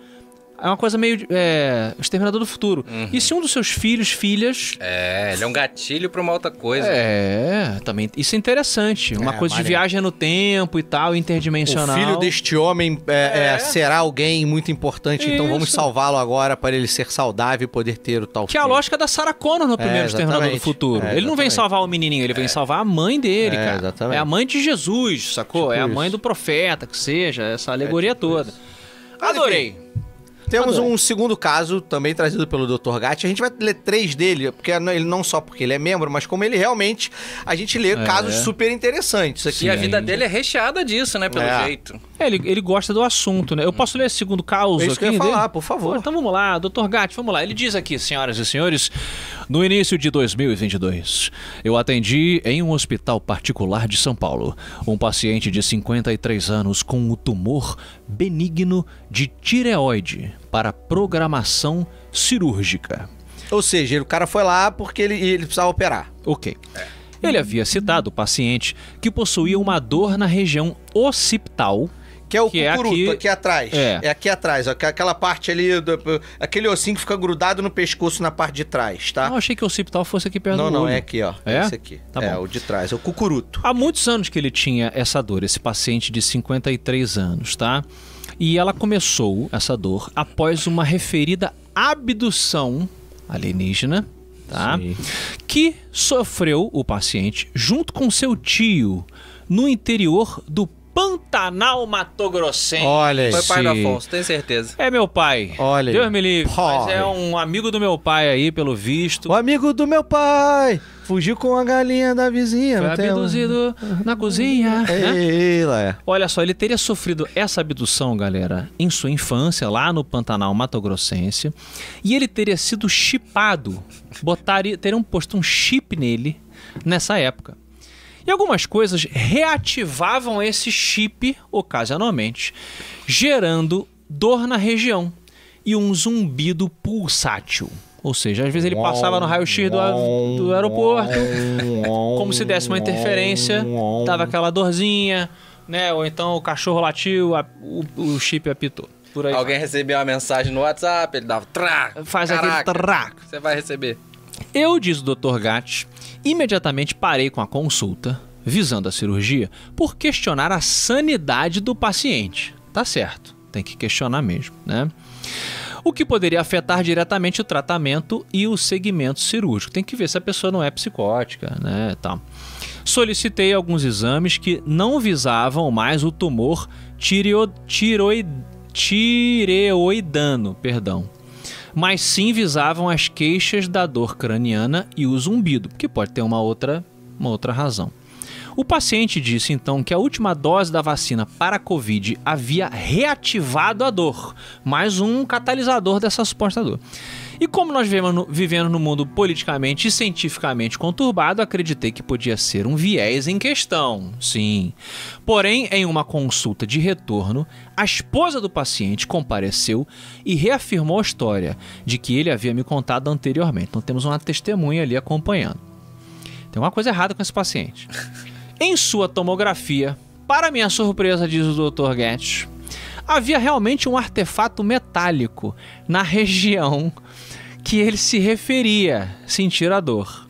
S1: É uma coisa meio de- é, Exterminador do Futuro. E se um dos seus filhos, filhas,
S3: É, ele é um gatilho pra uma outra coisa.
S1: é, também. Isso é interessante. Uma
S2: É,
S1: coisa de
S2: maneiro.
S1: viagem no tempo e tal, interdimensional.
S2: O filho deste homem é, é, será alguém muito importante, então vamos
S1: Isso.
S2: salvá-lo agora para ele ser saudável e poder ter o tal
S1: Que é a
S2: filho.
S1: lógica da Sarah Connor no primeiro Exterminador do
S2: É, exatamente.
S1: Futuro.
S2: É,
S1: ele não vem
S2: exatamente.
S1: salvar o menininho, ele vem salvar a mãe dele,
S2: É,
S1: cara.
S2: exatamente.
S1: É a mãe de Jesus, sacou?
S2: Tipo
S1: é a
S2: isso. É, tipo
S1: mãe do profeta, que seja, essa alegoria toda.
S2: Mas,
S1: Adorei.
S2: Temos
S1: Adorei.
S2: um segundo caso, também trazido pelo Dr. Gatti. A gente vai ler três dele, porque ele não só porque ele é membro, mas como ele realmente. A gente lê casos super interessantes aqui.
S3: E a
S1: É. Sim.
S3: vida dele é recheada disso, né? Pelo
S2: É.
S3: jeito.
S1: É, ele, ele gosta do assunto, né? Eu posso ler esse segundo caos
S2: É isso
S1: aqui
S2: que eu ia
S1: dele?
S2: falar, por favor.
S1: Então vamos lá, Dr. Gatti, vamos lá. Ele diz aqui, senhoras e senhores, no início de 2022, eu atendi em um hospital particular de São Paulo um paciente de 53 anos com o tumor benigno de tireoide para programação cirúrgica.
S2: Ou seja, o cara foi lá porque ele, ele precisava operar.
S1: Ok. Ele havia citado o paciente que possuía uma dor na região occipital.
S2: Que é o
S1: Que é
S2: cucuruto,
S1: aqui-
S2: aqui... atrás.
S1: É.
S2: É. aqui atrás, ó, que- aquela parte ali, do- aquele ossinho que fica grudado no pescoço na parte de trás, tá?
S1: Ah, eu achei que o occipital fosse aqui perto
S2: Não,
S1: do
S2: não,
S1: olho.
S2: é aqui, ó.
S1: É?
S2: Esse aqui.
S1: Tá
S2: é,
S1: bom.
S2: o de trás, é o cucuruto.
S1: Há muitos anos que ele tinha essa dor, esse paciente de 53 anos, tá? E ela começou essa dor após uma referida abdução alienígena, tá? Que sofreu o paciente junto com seu tio no interior do Pantanal Mato Grossense.
S2: Olha aí.
S3: Foi pai do
S1: Esse-
S3: Afonso, tenho certeza.
S1: É meu pai.
S2: Olha aí.
S1: Deus me livre. Mas
S2: Pai.
S1: é um amigo do meu pai aí, pelo visto.
S2: O amigo do meu pai fugiu com a galinha da vizinha.
S1: Foi
S2: não tem- um-
S1: abduzido na cozinha. né?
S2: Ei, lá é.
S1: Olha só, ele teria sofrido essa abdução, galera, em sua infância, lá no Pantanal Mato Grossense. E ele teria sido chipado. Botaria, teriam posto um chip nele nessa época. E algumas coisas reativavam esse chip ocasionalmente, gerando dor na região e um zumbido pulsátil. Ou seja, às vezes ele passava no raio-x do, a- do aeroporto, como se desse uma interferência, tava aquela dorzinha, né? Ou então o cachorro latiu, a- o, o chip apitou. Por aí.
S3: Alguém recebeu uma mensagem no WhatsApp, ele dava trá.
S1: faz aquele
S3: caraca,
S1: traco.
S3: Você vai receber.
S1: Eu, diz o Dr. Gatti, imediatamente parei com a consulta, visando a cirurgia, por questionar a sanidade do paciente. Tá certo, tem que questionar mesmo, né? O que poderia afetar diretamente o tratamento e o segmento cirúrgico. Tem que ver se a pessoa não é psicótica, né, tal. Solicitei alguns exames que não visavam mais o tumor tireo, tiroi- tireoidano, perdão, mas sim visavam as queixas da dor craniana e o zumbido, que pode ter uma outra, uma outra razão. O paciente disse então que a última dose da vacina para a Covid havia reativado a dor, mais um catalisador dessa suposta dor. E como nós vivemos no, vivendo num mundo politicamente e cientificamente conturbado, acreditei que podia ser um viés em questão. Sim. Porém, em uma consulta de retorno, a esposa do paciente compareceu e reafirmou a história de que ele havia me contado anteriormente. Então temos uma testemunha ali acompanhando. Tem uma coisa errada com esse paciente. Em sua tomografia, para minha surpresa, diz o Dr. Guedes, havia realmente um artefato metálico na região que ele se referia sentir a dor.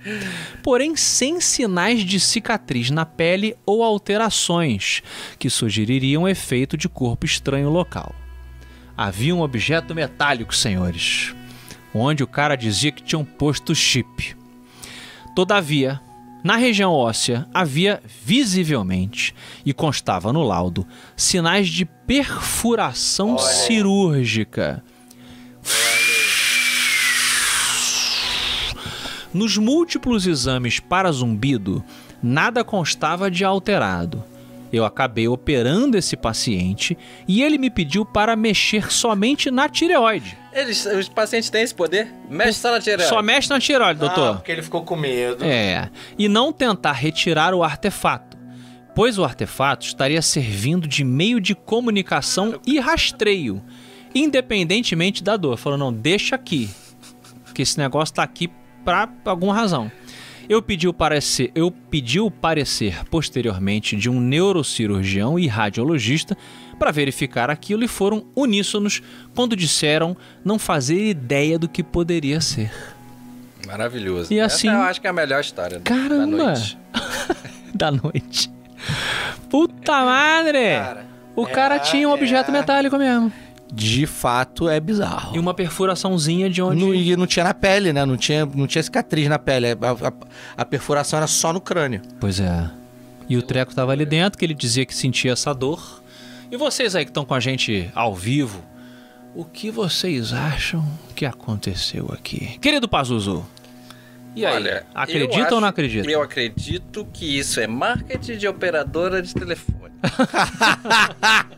S1: Porém, sem sinais de cicatriz na pele ou alterações que sugeririam efeito de corpo estranho local. Havia um objeto metálico, senhores, onde o cara dizia que tinham posto chip. Todavia, na região óssea havia visivelmente, e constava no laudo, sinais de perfuração cirúrgica. Nos múltiplos exames para zumbido, nada constava de alterado. Eu acabei operando esse paciente e ele me pediu para mexer somente na tireoide.
S3: Eles, os pacientes têm esse poder? Mexe só na tireoide.
S1: Só mexe na tireoide,
S2: Ah,
S1: doutor.
S2: porque ele ficou com medo.
S1: É, e não tentar retirar o artefato, pois o artefato estaria servindo de meio de comunicação e rastreio, independentemente da dor. Falou, não, deixa aqui, que esse negócio tá aqui pra alguma razão. Eu pedi o parecer, eu pedi o parecer posteriormente de um neurocirurgião e radiologista para verificar aquilo e foram uníssonos quando disseram não fazer ideia do que poderia ser.
S3: Maravilhoso.
S1: E
S3: Essa
S1: assim-
S3: eu acho que é a melhor história da
S1: Caramba!
S3: noite.
S1: da noite. Puta madre! o É, cara tinha um objeto metálico mesmo.
S2: De fato, é bizarro.
S1: E uma perfuraçãozinha de onde.
S2: Não, e não tinha na pele, né? Não tinha, não tinha cicatriz na pele. A, a- a perfuração era só no crânio.
S1: Pois é. E o treco tava ali dentro, que ele dizia que sentia essa dor. E vocês aí que estão com a gente ao vivo, o que vocês acham que aconteceu aqui? Querido Pazuzu. E aí?
S3: Olha,
S1: acredita
S3: eu
S1: ou não
S3: acho-
S1: acredita?
S3: Eu acredito que isso é marketing de operadora de telefone.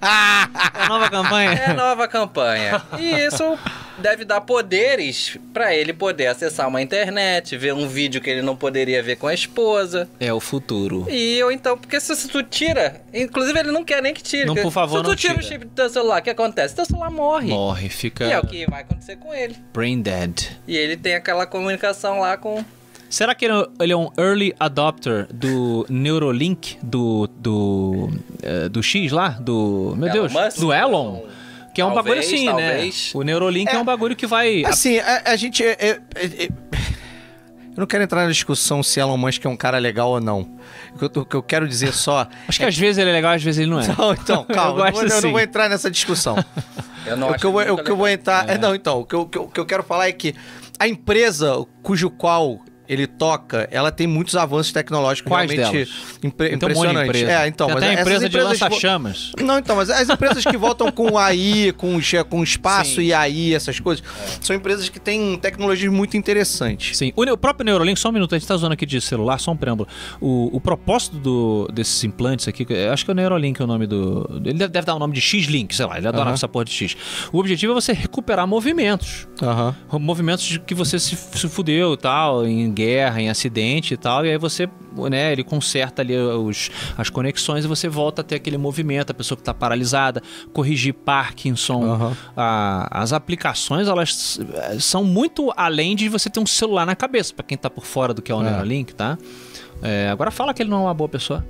S1: A nova campanha.
S3: É a nova campanha. E isso deve dar poderes pra ele poder acessar uma internet, ver um vídeo que ele não poderia ver com a esposa.
S1: É o futuro.
S3: E ou então, porque se, se tu tira, inclusive ele não quer nem que tire.
S1: Não,
S3: porque
S1: por favor,
S3: Se tu
S1: não
S3: tira, o
S1: tira.
S3: chip do teu celular, o que acontece? Teu celular morre.
S1: Morre, é. fica
S3: E é o que vai acontecer com ele.
S1: brain dead.
S3: E ele tem aquela comunicação lá com
S1: Será que ele é- ele é um early adopter do Neurolink, do. do. eh, do X lá? Do. Meu
S3: Elon
S1: Deus,
S3: Musk?
S1: do Elon? Que é um
S3: Talvez,
S1: bagulho assim,
S3: talvez.
S1: né? O Neurolink é, um bagulho que vai.
S2: Assim, a, a gente. é- é- é- é- Eu não quero entrar na discussão se Elon Musk é um cara legal ou não. O que eu, tô- o que eu quero dizer só.
S1: Acho que às vezes ele é legal, às vezes ele não é.
S2: Então, então, calma, eu,
S1: gosto assim.
S2: não vou- eu
S1: sim.
S2: não vou entrar nessa discussão.
S3: Eu não
S2: o
S3: acho
S2: que eu, vou-
S3: nunca
S2: o que eu vou entrar. é, não, então, o que, eu, o que eu- o que eu quero falar é que a empresa cujo qual ele toca, ela tem muitos avanços tecnológicos
S1: Quais
S2: realmente
S1: delas?
S2: impre,
S1: Tem um monte de
S2: impressionantes.
S1: empresa.
S2: É, então,
S1: Tem
S2: mas
S1: até a
S2: essas
S1: empresa de
S2: empresas vo-
S1: lança-chamas.
S2: não, então, mas as empresas que voltam com AI, com, che- com espaço
S3: Sim.
S2: e AI, essas coisas, são empresas que têm tecnologias muito interessantes.
S1: Sim, o, ne- o próprio Neuralink, só um minuto, a gente tá zoando aqui de celular, só um preâmbulo. O, o propósito do- desses implantes aqui, que- eu acho que é o Neuralink é o nome do. Ele deve, deve dar o nome de X-Link, sei lá, ele adorava
S2: Aham.
S1: essa porra de X. O objetivo é você recuperar movimentos.
S2: Aham.
S1: movimentos de que você se, se fudeu e tal, em guerra, em acidente e tal, e aí você, né, ele conserta ali os, as conexões e você volta a ter aquele movimento, a pessoa que tá paralisada, corrigir Parkinson.
S2: Aham.
S1: A- as aplicações, elas eh, são muito além de você ter um celular na cabeça, pra quem tá por fora do que é o
S2: É.
S1: Neuralink, tá? É, agora fala que ele não é uma boa pessoa.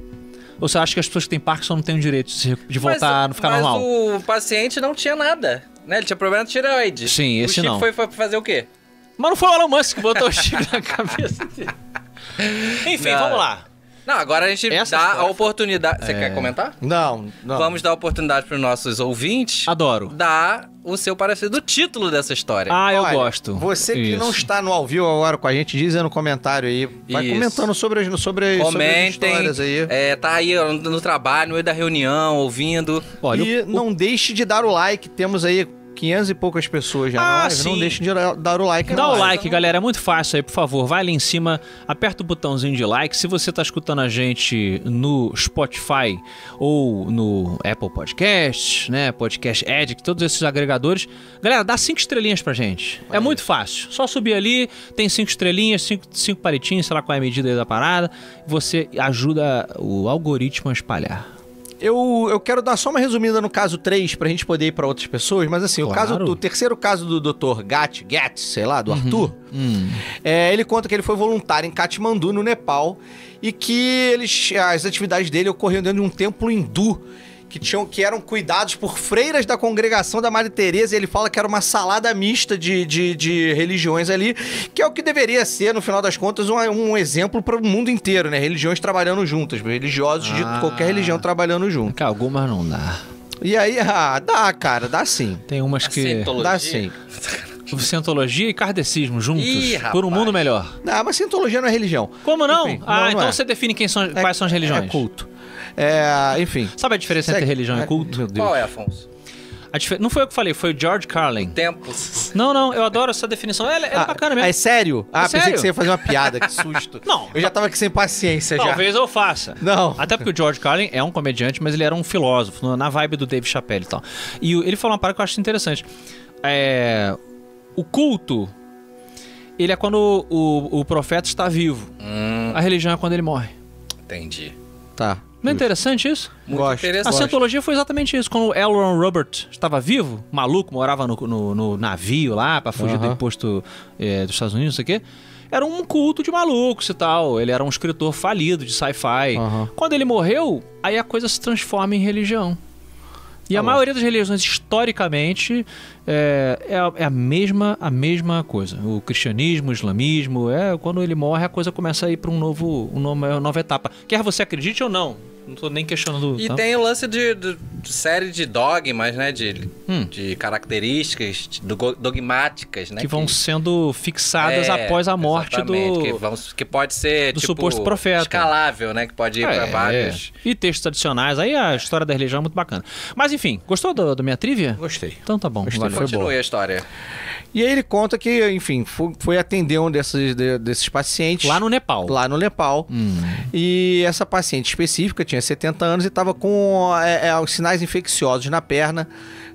S1: Ou você acha que as pessoas que têm Parkinson não têm o direito de, se recu- de voltar a não ficar
S3: mas
S1: normal?
S3: o paciente não tinha nada, né? Ele tinha problema de tireoide.
S1: Sim,
S3: O
S1: esse
S3: Chico
S1: não.
S3: foi fa- fazer o quê?
S1: Mas não foi o Elon Musk que botou o chip na cabeça dele. Enfim,
S3: Não.
S1: vamos lá.
S3: Não, agora a gente
S1: Essa
S3: dá
S1: história
S3: a oportunidade... Você quer comentar?
S2: Não, não.
S3: Vamos dar a oportunidade para os nossos ouvintes
S1: Adoro.
S3: dar o seu parecer do título dessa história.
S1: Ah, eu
S2: Olha,
S1: gosto.
S2: Você que
S1: Isso.
S2: não está no ao vivo agora com a gente, diz aí no comentário aí. Vai
S3: Isso.
S2: comentando sobre as, sobre, sobre as
S3: Comentem,
S2: histórias aí.
S3: é, tá aí ó, no no trabalho, no meio da reunião, ouvindo.
S1: Olha,
S2: e
S1: o-
S2: não deixe de dar o like. Temos aí 500 e poucas pessoas já
S1: Ah,
S2: na live.
S1: sim.
S2: Não deixe de dar- dar o like.
S1: Dá
S2: na
S1: o
S2: live.
S1: like, galera. É muito fácil aí, por favor. Vai ali em cima, aperta o botãozinho de like. Se você tá escutando a gente no Spotify ou no Apple Podcast, né? Podcast Edit, todos esses agregadores. Galera, dá cinco estrelinhas pra gente. É muito fácil. Só subir ali, tem cinco estrelinhas, cinco, cinco palitinhos, sei lá qual é a medida aí da parada. Você ajuda o algoritmo a espalhar.
S2: Eu, eu quero dar só uma resumida no caso 3 pra gente poder ir pra outras pessoas, mas assim, o,
S1: Claro. Uhum.
S2: caso, o terceiro caso do Dr. Gat, Gat, sei lá, do Arthur,
S1: Hum.
S2: é, ele conta que ele foi voluntário em Katmandu, no Nepal, e que eles, as atividades dele ocorriam dentro de um templo hindu. Que, tinham, que eram cuidados por freiras da congregação da Madre Teresa, e ele fala que era uma salada mista de, de, de religiões ali, que é o que deveria ser, no final das contas, um, um exemplo para o mundo inteiro, né? Religiões trabalhando juntas, religiosos
S1: Ah.
S2: de qualquer religião trabalhando junto.
S1: Que algumas não dá.
S2: E aí, ah, dá, cara, dá sim.
S1: Tem umas que.
S3: Cientologia.
S2: Dá sim.
S1: Cientologia e kardecismo juntos.
S3: Ih,
S1: por um
S3: rapaz.
S1: mundo melhor.
S2: Ah, mas cientologia não é religião.
S1: Como não?
S2: Enfim,
S1: ah,
S2: não, não
S1: então
S2: é.
S1: você define quem são,
S2: É-
S1: quais são as religiões.
S2: É culto. É, enfim.
S1: Sabe a diferença
S2: Segue.
S1: entre religião e
S2: É,
S1: culto?
S2: Meu Deus.
S3: Qual é, Afonso?
S1: A dife- Não foi eu que falei, foi o George Carlin.
S3: Tempos.
S1: Não, não, eu adoro essa definição. Ela, ela é
S2: Ah,
S1: bacana mesmo.
S2: É sério? Ah, pensei
S1: sério?
S2: que você ia fazer uma piada, que susto.
S1: Não.
S2: Eu já tava aqui sem paciência já.
S1: Talvez eu faça.
S2: Não.
S1: Até porque o George Carlin é um comediante, mas ele era um filósofo, no- na vibe do Dave Chappelle e tal. E o- ele falou uma parada que eu acho interessante. É, o culto, ele é quando o, o profeta está vivo.
S3: Hum,
S1: A religião é quando ele morre.
S3: entendi.
S2: Tá.
S1: Não é interessante isso?
S3: Muito
S2: Gosto.
S1: A
S3: interessante.
S1: cientologia foi exatamente isso. Quando o Elron Robert estava vivo, maluco, morava no, no- no navio lá pra fugir do
S2: Aham.
S1: imposto eh, dos Estados Unidos, não sei o quê. Era um culto de malucos e tal. Ele era um escritor falido de sci-fi.
S2: Aham.
S1: Quando ele morreu, aí a coisa se transforma em religião. E a
S2: Tá bom.
S1: maioria das religiões, historicamente, é, é a- é a, mesma, a mesma coisa. O cristianismo, o islamismo, é quando ele morre, a coisa começa a ir para um novo, um nova, uma nova etapa. Quer você acredite ou não, não tô nem questionando.
S3: E
S1: tá?
S3: tem o lance de, de- de série de dogmas, né? De,
S1: Hum.
S3: de características de dogo- dogmáticas, né?
S1: que vão sendo fixadas
S3: É,
S1: após a morte do.
S3: exatamente, Que, vão- que pode ser,
S1: do
S3: tipo,
S1: suposto profeta.
S3: escalável, né? Que pode ir pra
S1: É,
S3: vários...
S1: E textos adicionais. Aí a história da religião é muito bacana. Mas enfim, gostou do- da minha trivia?
S2: Gostei.
S1: Então tá bom.
S2: Gostei,
S1: valeu.
S2: foi
S3: Continue a história.
S2: E aí ele conta que, enfim, fo- foi atender um desses, de- desses pacientes.
S1: Lá no Nepal.
S2: Lá no Nepal.
S1: Hum.
S2: E essa paciente específica tinha 70 anos e estava com é, é, os sinais infecciosos na perna,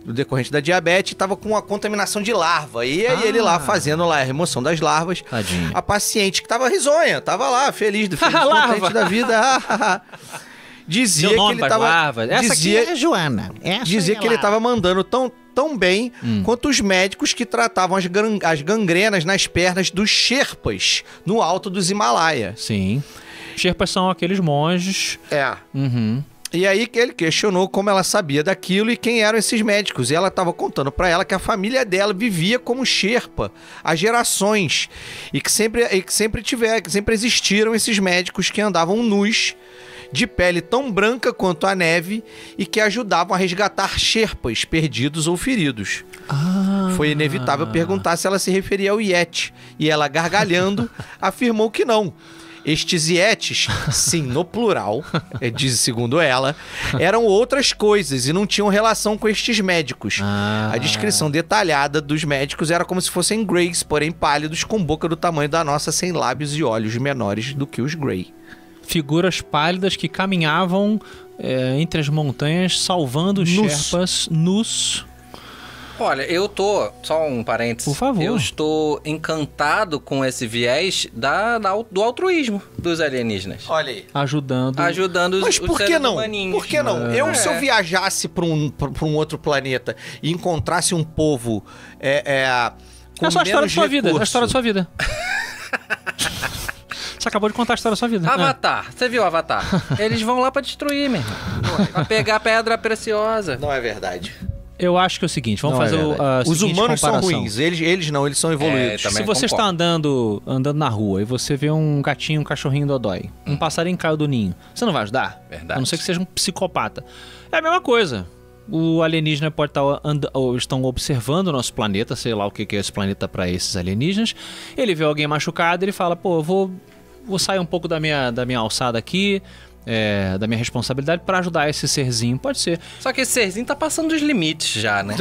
S2: do decorrente da diabetes, e estava com a contaminação de larva. E aí
S1: Ah.
S2: ele lá fazendo lá a remoção das larvas.
S1: Tadinho.
S2: A paciente que estava risonha, estava lá, feliz, do feliz
S1: Larva.
S2: contente da vida. dizia
S1: Seu nome
S2: que ele
S1: para
S2: tava,
S1: larvas. Essa
S2: dizia,
S1: aqui é a Joana. Essa
S2: dizia
S1: é
S2: que ele
S1: larva.
S2: estava mandando tão tão bem
S1: Hum.
S2: quanto os médicos que tratavam as, gran- as gangrenas nas pernas dos Sherpas no alto dos Himalaia.
S1: Sim. Sherpas são aqueles monges.
S2: É.
S1: Uhum.
S2: E aí que ele questionou como ela sabia daquilo e quem eram esses médicos. E ela estava contando para ela que a família dela vivia como Sherpa há gerações e que sempre e que sempre tiver, que sempre existiram esses médicos que andavam nus, de pele tão branca quanto a neve e que ajudavam a resgatar Sherpas perdidos ou feridos.
S1: Ah.
S2: Foi inevitável perguntar se ela se referia ao Yeti. E ela, gargalhando, afirmou que não. Estes Yetis, sim, no plural, é, diz segundo ela, eram outras coisas e não tinham relação com estes médicos.
S1: Ah.
S2: A descrição detalhada dos médicos era como se fossem greys, porém pálidos, com boca do tamanho da nossa, sem lábios e olhos menores do que os grey.
S1: Figuras pálidas que caminhavam é, entre as montanhas, salvando os
S2: Nus.
S1: Sherpas nus.
S3: Olha, eu tô. Só um parênteses.
S1: Por favor.
S3: Eu estou encantado com esse viés da, da- do altruísmo dos alienígenas.
S2: Olha aí.
S1: Ajudando.
S3: Ajudando os,
S2: Mas
S3: os
S2: por que
S3: seres
S2: não?
S3: humaninhos.
S2: Por que não? Eu, se eu
S3: É.
S2: viajasse pra um, pra, pra um outro planeta e encontrasse um povo. É, é, com
S1: é só a história da
S2: menos
S1: sua vida. É a
S2: recurso-
S1: história da sua vida. Você acabou de contar a história da sua vida.
S2: Ah,
S1: É.
S3: Avatar, você viu Avatar? Eles vão lá pra destruir, meu irmão. Pra pegar pedra preciosa.
S2: Não é verdade.
S1: Eu acho que é o seguinte, vamos
S2: Não é
S1: fazer o, a
S2: verdade. Os
S1: seguinte
S2: humanos
S1: comparação. É,
S2: são ruins, eles, eles não, eles são evoluídos.
S3: também.
S1: Se você está
S3: concordo.
S1: andando, andando na rua e você vê um gatinho, um cachorrinho dodói, um passarinho caiu do ninho, você não vai ajudar?
S3: Hum. Verdade.
S1: A não ser que seja um psicopata. É a mesma coisa. O alienígena pode estar and- ou estão observando o nosso planeta, sei lá o que que é esse planeta para esses alienígenas. Ele vê alguém machucado, ele fala: "Pô, eu vou vou sair um pouco da minha da minha alçada aqui, é, da minha responsabilidade para ajudar esse serzinho". Pode ser.
S3: Só que esse serzinho tá passando dos limites já, né?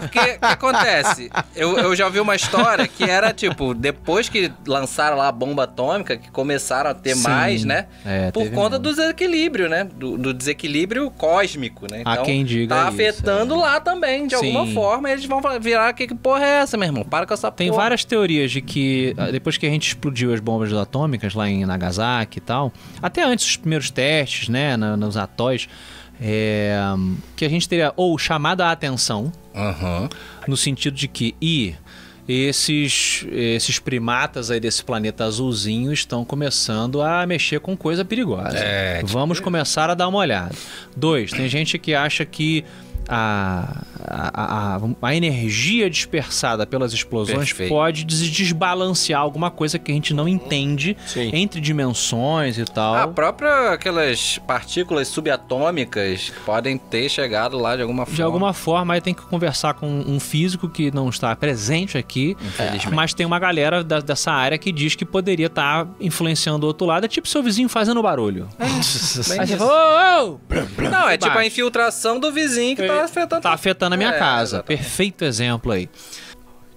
S3: Porque o que acontece? Eu, eu já ouvi uma história que era tipo, depois que lançaram lá a bomba atômica, que começaram a ter
S1: Sim.
S3: mais, né?
S1: É,
S3: Por
S1: teve
S3: conta
S1: mesmo.
S3: do desequilíbrio, né? Do, do desequilíbrio cósmico, né?
S1: Há quem diga
S3: Tá
S1: isso,
S3: afetando
S1: é.
S3: lá também, de alguma
S1: Sim.
S3: forma. e Eles vão virar, que, que porra é essa, meu irmão? Para com essa
S1: Tem
S3: porra.
S1: várias teorias de que ah, depois que a gente explodiu as bombas atômicas lá em Nagasaki e tal, até antes dos primeiros testes, né, na- nos atóis, é, que a gente teria ou chamado a atenção
S3: Aham.
S1: no sentido de que e esses esses primatas aí desse planeta azulzinho estão começando a mexer com coisa perigosa.
S3: É, tipo
S1: Vamos começar a dar uma olhada. Dois, tem gente que acha que a, a, a, a energia dispersada pelas explosões
S3: Perfeito.
S1: pode des- desbalancear alguma coisa que a gente não entende
S2: Sim.
S1: entre dimensões e tal.
S3: A Ah, própria aquelas partículas subatômicas que podem ter chegado lá de alguma forma.
S1: De alguma forma, aí tem que conversar com um físico que não está presente aqui.
S3: Infelizmente.
S1: Mas tem uma galera da- dessa área que diz que poderia estar influenciando o outro lado. É tipo seu vizinho fazendo barulho.
S3: É.
S1: Aí você fala, ô, ô, ô!
S3: Não, é tipo a
S1: Baixo.
S3: infiltração do vizinho que tá afetando.
S1: Tá afetando a minha
S3: É,
S1: casa.
S3: exatamente.
S1: Perfeito exemplo aí.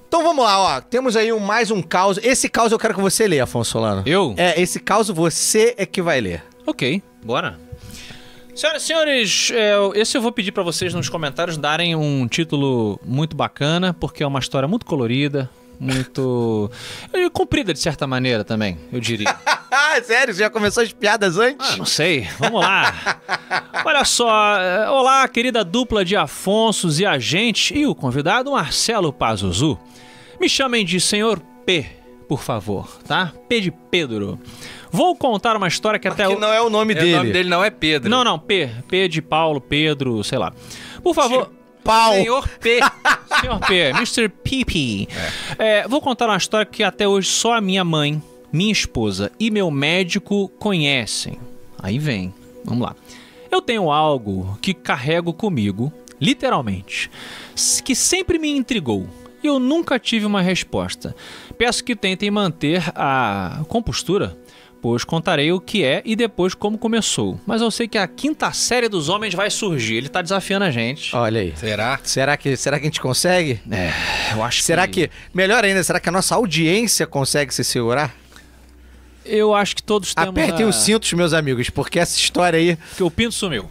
S2: Então vamos lá, ó. Temos aí um- mais um caos. Esse caos eu quero que você leia, Afonso Solano.
S1: Eu?
S2: É, esse caos você é que vai ler.
S1: Ok, bora. Senhoras e senhores, é, esse eu vou pedir pra vocês nos comentários darem um título muito bacana, porque é uma história muito colorida, muito. e comprida de certa maneira também, eu diria.
S2: Ah, sério? Você já começou as piadas antes?
S1: Ah, não sei. Vamos lá. Olha só. eh, Olá, querida dupla de Afonsos e a gente e o convidado Marcelo Pazuzu. Me chamem de senhor P, por favor, tá? P de Pedro. Vou contar uma história que até...
S2: que
S1: o-
S2: não é o nome
S3: É,
S2: dele.
S3: O nome dele não é Pedro.
S1: Não, não. P. P de Paulo, Pedro, sei lá. Por favor...
S2: Pau.
S3: Senhor P.
S1: Senhor P, Mr. Pipi. É, vou contar uma história que até hoje só a minha mãe, minha esposa e meu médico conhecem. Aí vem, vamos lá. Eu tenho algo que carrego comigo, literalmente, s- que sempre me intrigou. e Eu nunca tive uma resposta. Peço que tentem manter a compostura, pois contarei o que é e depois como começou. Mas eu sei que a quinta série dos homens vai surgir. Ele tá desafiando a gente.
S2: Olha aí.
S3: Será?
S2: Será que, será que a gente consegue?
S1: É, eu acho
S2: Será que, melhor ainda, será que a nossa audiência consegue se segurar?
S1: Eu acho que todos temos.
S2: Apertem
S1: a-
S2: os cintos, meus amigos, porque essa história aí.
S1: Porque o pinto sumiu.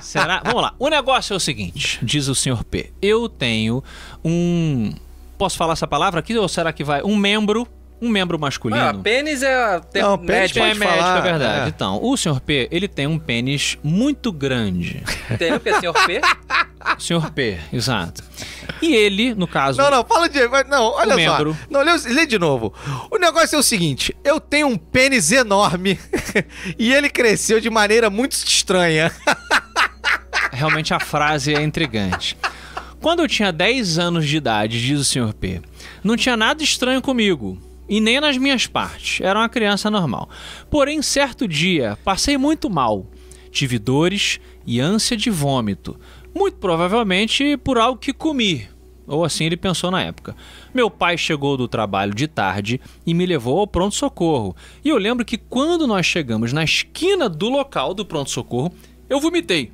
S1: Será? Vamos lá. O negócio é o seguinte, diz o senhor P. Eu tenho um. Posso falar essa palavra aqui? Ou será que vai? Um membro um membro masculino.
S3: Ah, pênis é... Tem,
S2: Não, pênis
S1: É
S2: pode
S1: médico,
S2: falar,
S1: é verdade.
S2: é.
S1: Então, o senhor P, ele tem um pênis muito grande.
S3: Tem o que, é senhor P?
S1: senhor P, exato. E ele, no caso.
S2: Não, não, fala de. mas Não, olha só.
S1: membro.
S2: Não, lê, lê de novo. O negócio é o seguinte: eu tenho um pênis enorme e ele cresceu de maneira muito estranha.
S1: Realmente a frase é intrigante. Quando eu tinha 10 anos de idade, diz o Sr. P, não tinha nada estranho comigo. E nem nas minhas partes. Era uma criança normal. Porém, certo dia, passei muito mal. Tive dores e ânsia de vômito. Muito provavelmente por algo que comi. Ou assim ele pensou na época. Meu pai chegou do trabalho de tarde e me levou ao pronto-socorro. E eu lembro que quando nós chegamos na esquina do local do pronto-socorro, eu vomitei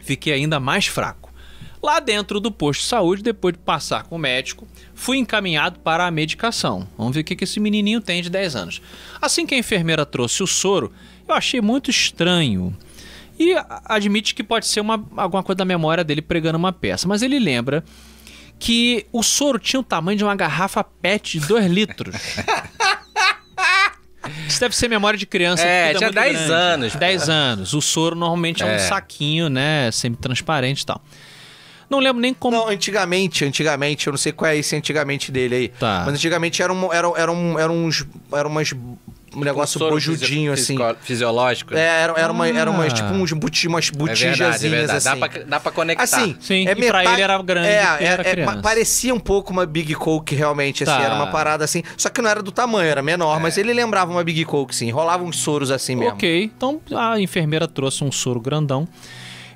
S1: fiquei ainda mais fraco. Lá dentro do posto de saúde, depois de passar com o médico, fui encaminhado para a medicação. Vamos ver o que que esse menininho tem de 10 anos. Assim que a enfermeira trouxe o soro, eu achei muito estranho. E a- admite que pode ser uma, alguma coisa da memória dele pregando uma peça, mas ele lembra que o soro tinha o tamanho de uma garrafa PET de 2 litros. Isso deve ser memória de criança.
S3: É,
S1: porque tudo
S3: tinha
S1: muito
S3: 10
S1: grande.
S3: anos,
S1: 10 anos. O soro normalmente é, um
S3: É.
S1: saquinho, né? Semi-transparente e tal. Não lembro nem como.
S2: Não, antigamente, antigamente, eu não sei qual é esse antigamente dele aí.
S1: Tá.
S2: Mas antigamente era um, era, era um, era uns, era umas, um negócio
S3: Soro
S2: bojudinho,
S3: fisi-
S2: assim.
S3: fisico- Fisiológico.
S2: É, era, era, uma, era
S1: Ah.
S2: umas, tipo, uns buti, umas
S3: É
S2: botijazinhas,
S3: verdade, é verdade.
S2: assim.
S3: Dá, pra, dá pra conectar.
S2: Assim,
S1: Sim,
S2: é
S1: e pra
S2: metade-
S1: ele era grande,
S2: É,
S1: porque
S2: é,
S1: era
S2: é,
S1: criança.
S2: ma- parecia um pouco uma Big Coke, realmente, assim.
S1: Tá. É.
S2: Era uma parada assim. Só que não era do tamanho, era menor, mas ele lembrava uma Big Coke, sim. Rolava uns soros assim mesmo.
S1: Ok, então a enfermeira trouxe um soro grandão.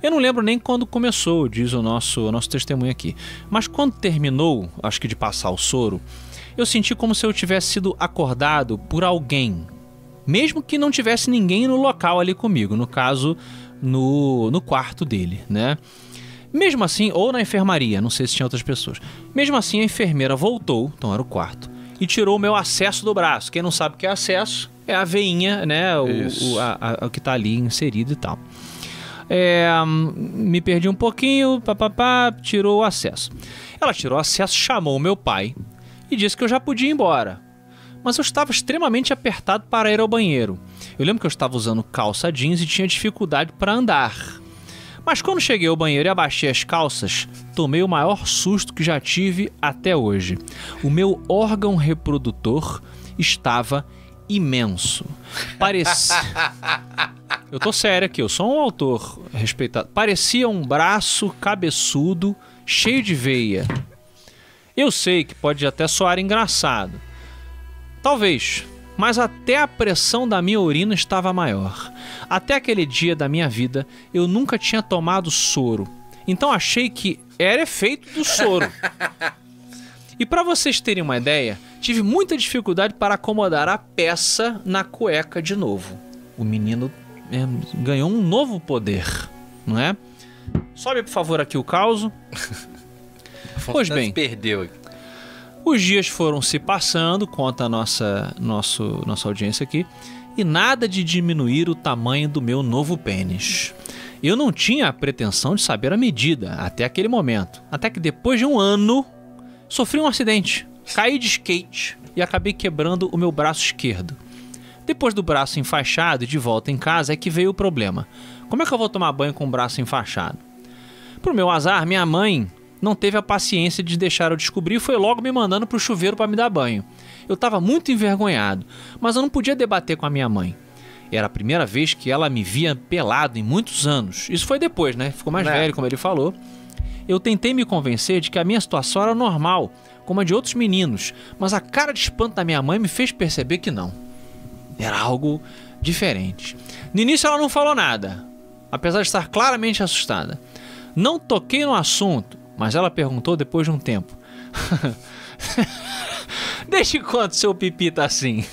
S1: Eu não lembro nem quando começou, diz o nosso, o nosso testemunho aqui. Mas quando terminou, acho que de passar o soro, eu senti como se eu tivesse sido acordado por alguém. Mesmo que não tivesse ninguém no local ali comigo, no caso, no, no quarto dele, né? Mesmo assim, ou na enfermaria, não sei se tinha outras pessoas. Mesmo assim, a enfermeira voltou, então era o quarto, e tirou o meu acesso do braço. Quem não sabe o que é acesso, é a veinha, né? O,
S2: Isso.
S1: o- a- a- o que tá ali inserido e tal. É, hum, me perdi um pouquinho, papapá, tirou o acesso. Ela tirou o acesso, chamou meu pai e disse que eu já podia ir embora. Mas eu estava extremamente apertado para ir ao banheiro. Eu lembro que eu estava usando calça jeans e tinha dificuldade para andar. Mas quando cheguei ao banheiro e abaixei as calças, tomei o maior susto que já tive até hoje. O meu órgão reprodutor estava imenso. Parecia. Eu tô sério aqui, eu sou um autor respeitado. Parecia um braço cabeçudo, cheio de veia. Eu sei que pode até soar engraçado. Talvez, mas até a pressão da minha urina estava maior. Até aquele dia da minha vida, eu nunca tinha tomado soro. Então achei que era efeito do soro. E pra vocês terem uma ideia, tive muita dificuldade para acomodar a peça na cueca de novo. O menino é, ganhou um novo poder, não é? Sobe, por favor, aqui o caos. Pois
S3: Afonso
S1: bem.
S3: Perdeu.
S1: Os dias foram se passando, conta a nossa, nosso, nossa audiência aqui, e nada de diminuir o tamanho do meu novo pênis. Eu não tinha a pretensão de saber a medida até aquele momento. Até que depois de um ano, sofri um acidente. Caí de skate e acabei quebrando o meu braço esquerdo. Depois do braço enfaixado e de volta em casa é que veio o problema. Como é que eu vou tomar banho com o braço enfaixado? Pro meu azar, minha mãe não teve a paciência de deixar eu descobrir e foi logo me mandando pro chuveiro para me dar banho. Eu tava muito envergonhado, mas eu não podia debater com a minha mãe. Era a primeira vez que ela me via pelado em muitos anos. Isso foi depois, né? Ficou mais
S2: Né?
S1: velho, como ele falou. Eu tentei me convencer de que a minha situação era normal, como a de outros meninos, mas a cara de espanto da minha mãe me fez perceber que não. Era algo diferente. No início ela não falou nada, apesar de estar claramente assustada. Não toquei no assunto, mas ela perguntou depois de um tempo. Desde quando seu pipi tá assim?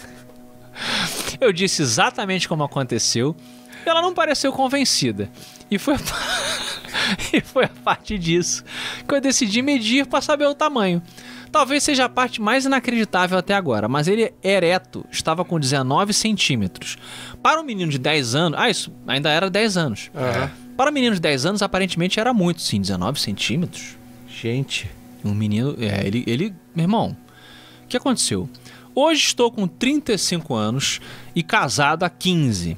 S1: Eu disse exatamente como aconteceu. e Ela não pareceu convencida. E foi, a pa- e foi a partir disso que eu decidi medir para saber o tamanho. Talvez seja a parte mais inacreditável até agora, mas ele é ereto estava com 19 centímetros. Para um menino de 10 anos. Ah, isso ainda era 10 anos. Para um menino de 10 anos, aparentemente era muito, sim, 19 centímetros.
S2: Gente.
S1: Um menino. É, ele, ele. Meu irmão, o que aconteceu? Hoje estou com 35 anos e casado há 15.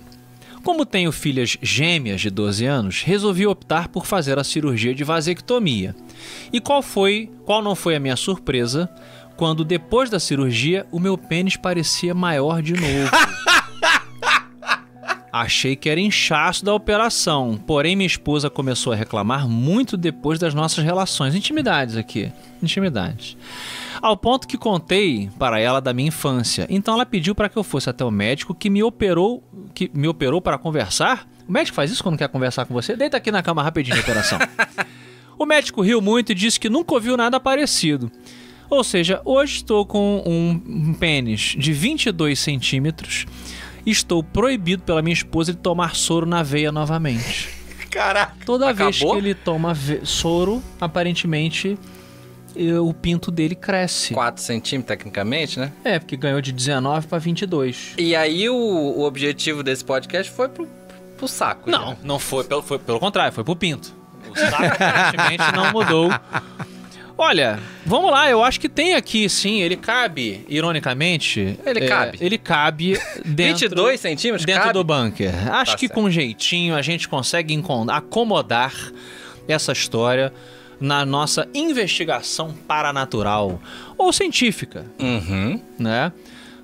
S1: Como tenho filhas gêmeas de 12 anos, resolvi optar por fazer a cirurgia de vasectomia. E qual foi, qual não foi a minha surpresa quando depois da cirurgia o meu pênis parecia maior de novo. Achei que era inchaço da operação, porém minha esposa começou a reclamar muito depois das nossas relações. Intimidades aqui, intimidades. Ao ponto que contei para ela da minha infância. Então ela pediu para que eu fosse até o médico que me operou, que me operou para conversar. O médico faz isso quando quer conversar com você? Deita aqui na cama rapidinho, operação. o médico riu muito e disse que nunca ouviu nada parecido. Ou seja, hoje estou com um um pênis de 22 centímetros e estou proibido pela minha esposa de tomar soro na veia novamente.
S2: Caraca.
S1: Toda vez
S3: Acabou?
S1: que ele toma ve- soro, aparentemente eh, o pinto dele cresce.
S3: 4 centímetros, tecnicamente, né?
S1: É, porque ganhou de 19 pra 22.
S3: E aí o, o objetivo desse podcast foi pro, pro saco.
S1: Não,
S3: já.
S1: não foi pelo, foi pelo contrário, foi pro pinto. O saco é aparentemente não mudou. Olha, vamos lá, eu acho que tem aqui sim, ele cabe, ironicamente. é,
S3: Ele cabe.
S1: Ele cabe dentro.
S3: 22 centímetros?
S1: dentro
S3: cabe?
S1: do bunker. Acho
S3: Tá
S1: que
S3: certo.
S1: com jeitinho a gente consegue encon- acomodar essa história na nossa investigação paranatural ou científica,
S3: Uhum.
S1: né?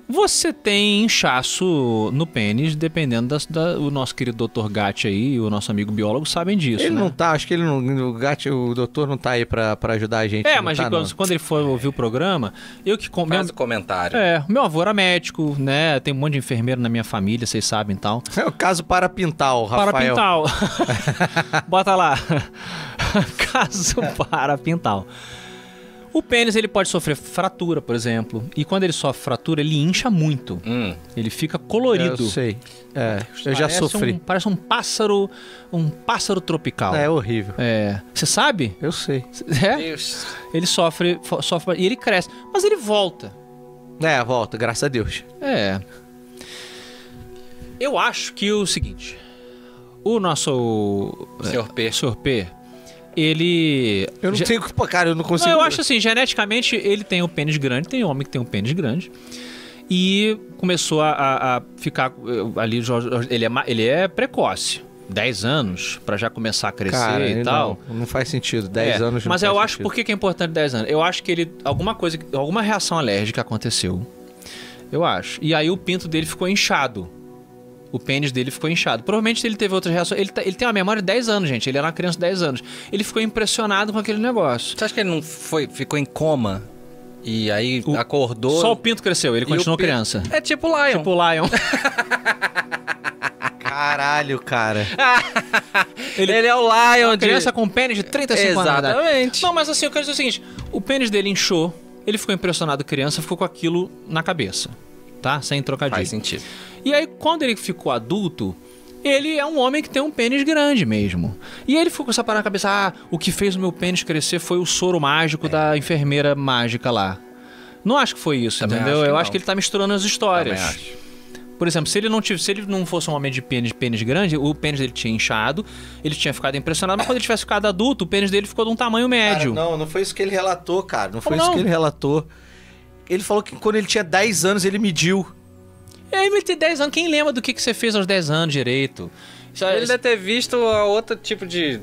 S1: Você tem inchaço no pênis, dependendo das- da. O nosso querido Dr. Gatti aí e o nosso amigo biólogo sabem disso.
S2: Ele
S1: né?
S2: não tá, acho que ele não. O, gato, o doutor não tá aí pra, pra ajudar a gente.
S1: É,
S2: não
S1: mas
S2: tá,
S1: quando,
S2: não.
S1: quando ele for ouvir o programa, eu que. Com...
S3: Faz
S1: meu-
S3: o comentário.
S1: É, meu avô era médico, né? Tem um monte de enfermeiro na minha família, vocês sabem e tal.
S2: É o caso para pintal, Rafael.
S1: Para Pintal. Bota lá. Caso para Pintal. O pênis ele pode sofrer fratura, por exemplo. E quando ele sofre fratura, ele incha muito.
S3: Hum.
S1: Ele fica
S2: Eu
S1: colorido.
S2: sei. É, eu já
S1: Parece um-
S2: sofri.
S1: parece um pássaro, um pássaro tropical.
S2: É
S1: É.
S2: horrível.
S1: Você sabe?
S2: Eu sei.
S1: É.
S3: Deus.
S1: Ele sofre, fo- sofre e ele cresce, mas ele volta.
S2: É, volta, graças a Deus.
S1: É. Eu acho que o seguinte, o nosso
S3: Senhor P.
S1: Professor P, ele.
S2: Eu não
S1: Ge-
S2: tenho. Pô, cara, eu não
S1: Não,
S2: consigo.
S1: eu acho assim, geneticamente ele tem um pênis grande, tem homem que tem um pênis grande. E começou a, a- a ficar eh, ali. jo- jo- Ele é, ma- ele é precoce. 10 anos pra já começar a crescer
S2: Cara,
S1: e
S2: ele
S1: tal.
S2: Não, não faz sentido. 10
S1: É,
S2: anos não
S1: Mas eu
S2: faz
S1: acho
S2: sentido.
S1: por que que é importante 10 anos. Eu acho que ele. Alguma coisa. Alguma reação alérgica aconteceu. Eu acho. E aí o pinto dele ficou inchado. O pênis dele ficou inchado. Provavelmente ele teve outras reações. Ele, tá- ele tem uma memória de 10 anos, gente. Ele era uma criança de 10 anos. Ele ficou impressionado com aquele negócio.
S3: Você acha que ele não foi, ficou em coma e aí
S1: O-
S3: acordou?
S1: Só o pinto cresceu, ele
S3: e o
S1: continuou
S3: pe-
S1: criança.
S3: É tipo o Lion.
S1: Tipo o Lion.
S2: Caralho, cara.
S3: ele... é o Lion de...
S1: criança com pênis de 35 anos. de idade.
S3: Exatamente.
S1: Não, mas assim, eu quero dizer o seguinte: o pênis dele inchou, ele ficou impressionado criança, ficou com aquilo na cabeça. Tá? Sem trocadilho.
S3: Faz sentido.
S1: E aí, quando ele ficou adulto, ele é um homem que tem um pênis grande mesmo. E ele ficou com essa parada na cabeça: ah, o que fez o meu pênis crescer foi o soro
S3: É.
S1: mágico da enfermeira mágica lá. Não acho que foi isso,
S3: Também
S1: entendeu?
S3: acho que
S1: eu
S3: não.
S1: acho que ele tá misturando as histórias.
S3: Também acho.
S1: Por exemplo, se ele não tivesse, se ele não fosse um homem de pênis, pênis grande, o pênis dele tinha inchado, ele tinha ficado impressionado, mas quando ele tivesse ficado adulto, o pênis dele ficou de um tamanho médio.
S2: Cara, não, não foi isso que ele relatou, cara. Não foi
S1: Como
S2: isso
S1: não?
S2: que ele relatou. Ele falou que quando ele tinha 10 anos, ele mediu.
S1: E aí, ele tem 10 anos, quem lembra do que, que você fez aos 10 anos direito? é Isso-
S3: Então, Ele deve ter visto a outro tipo de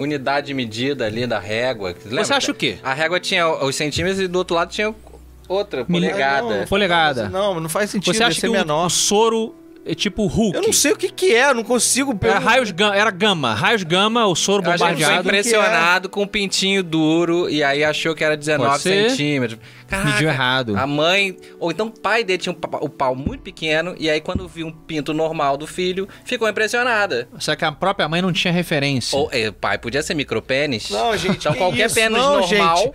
S3: unidade de medida ali da régua. Lembra?
S1: Você acha o quê?
S3: A régua tinha os centímetros e do outro lado tinha outra,
S1: é
S3: polegada.
S1: Polegada.
S2: "Ah, Não, não faz sentido.
S1: Você acha que
S2: é
S1: o,
S2: menor.
S1: o soro é tipo Hulk?
S2: Eu não sei o que que é, eu não consigo...
S1: Era raios gama, era gama, raios gama, o soro
S3: A
S1: um
S3: gente foi
S1: bombardeado.
S2: sempre-
S3: impressionado com o pintinho duro e aí achou que era 19
S1: Pode ser.
S3: centímetros.
S1: Mediu
S3: Caraca,
S1: errado.
S3: A mãe, ou então o pai dele tinha um pa- o pau muito pequeno, e aí quando viu um pinto normal do filho, ficou impressionada.
S1: Só que a própria mãe não tinha referência.
S3: Ou, é, o pai podia ser micropênis.
S2: Não, gente,
S3: Então
S2: que
S3: qualquer
S2: isso?
S3: pênis
S2: Não,
S3: normal.
S2: gente.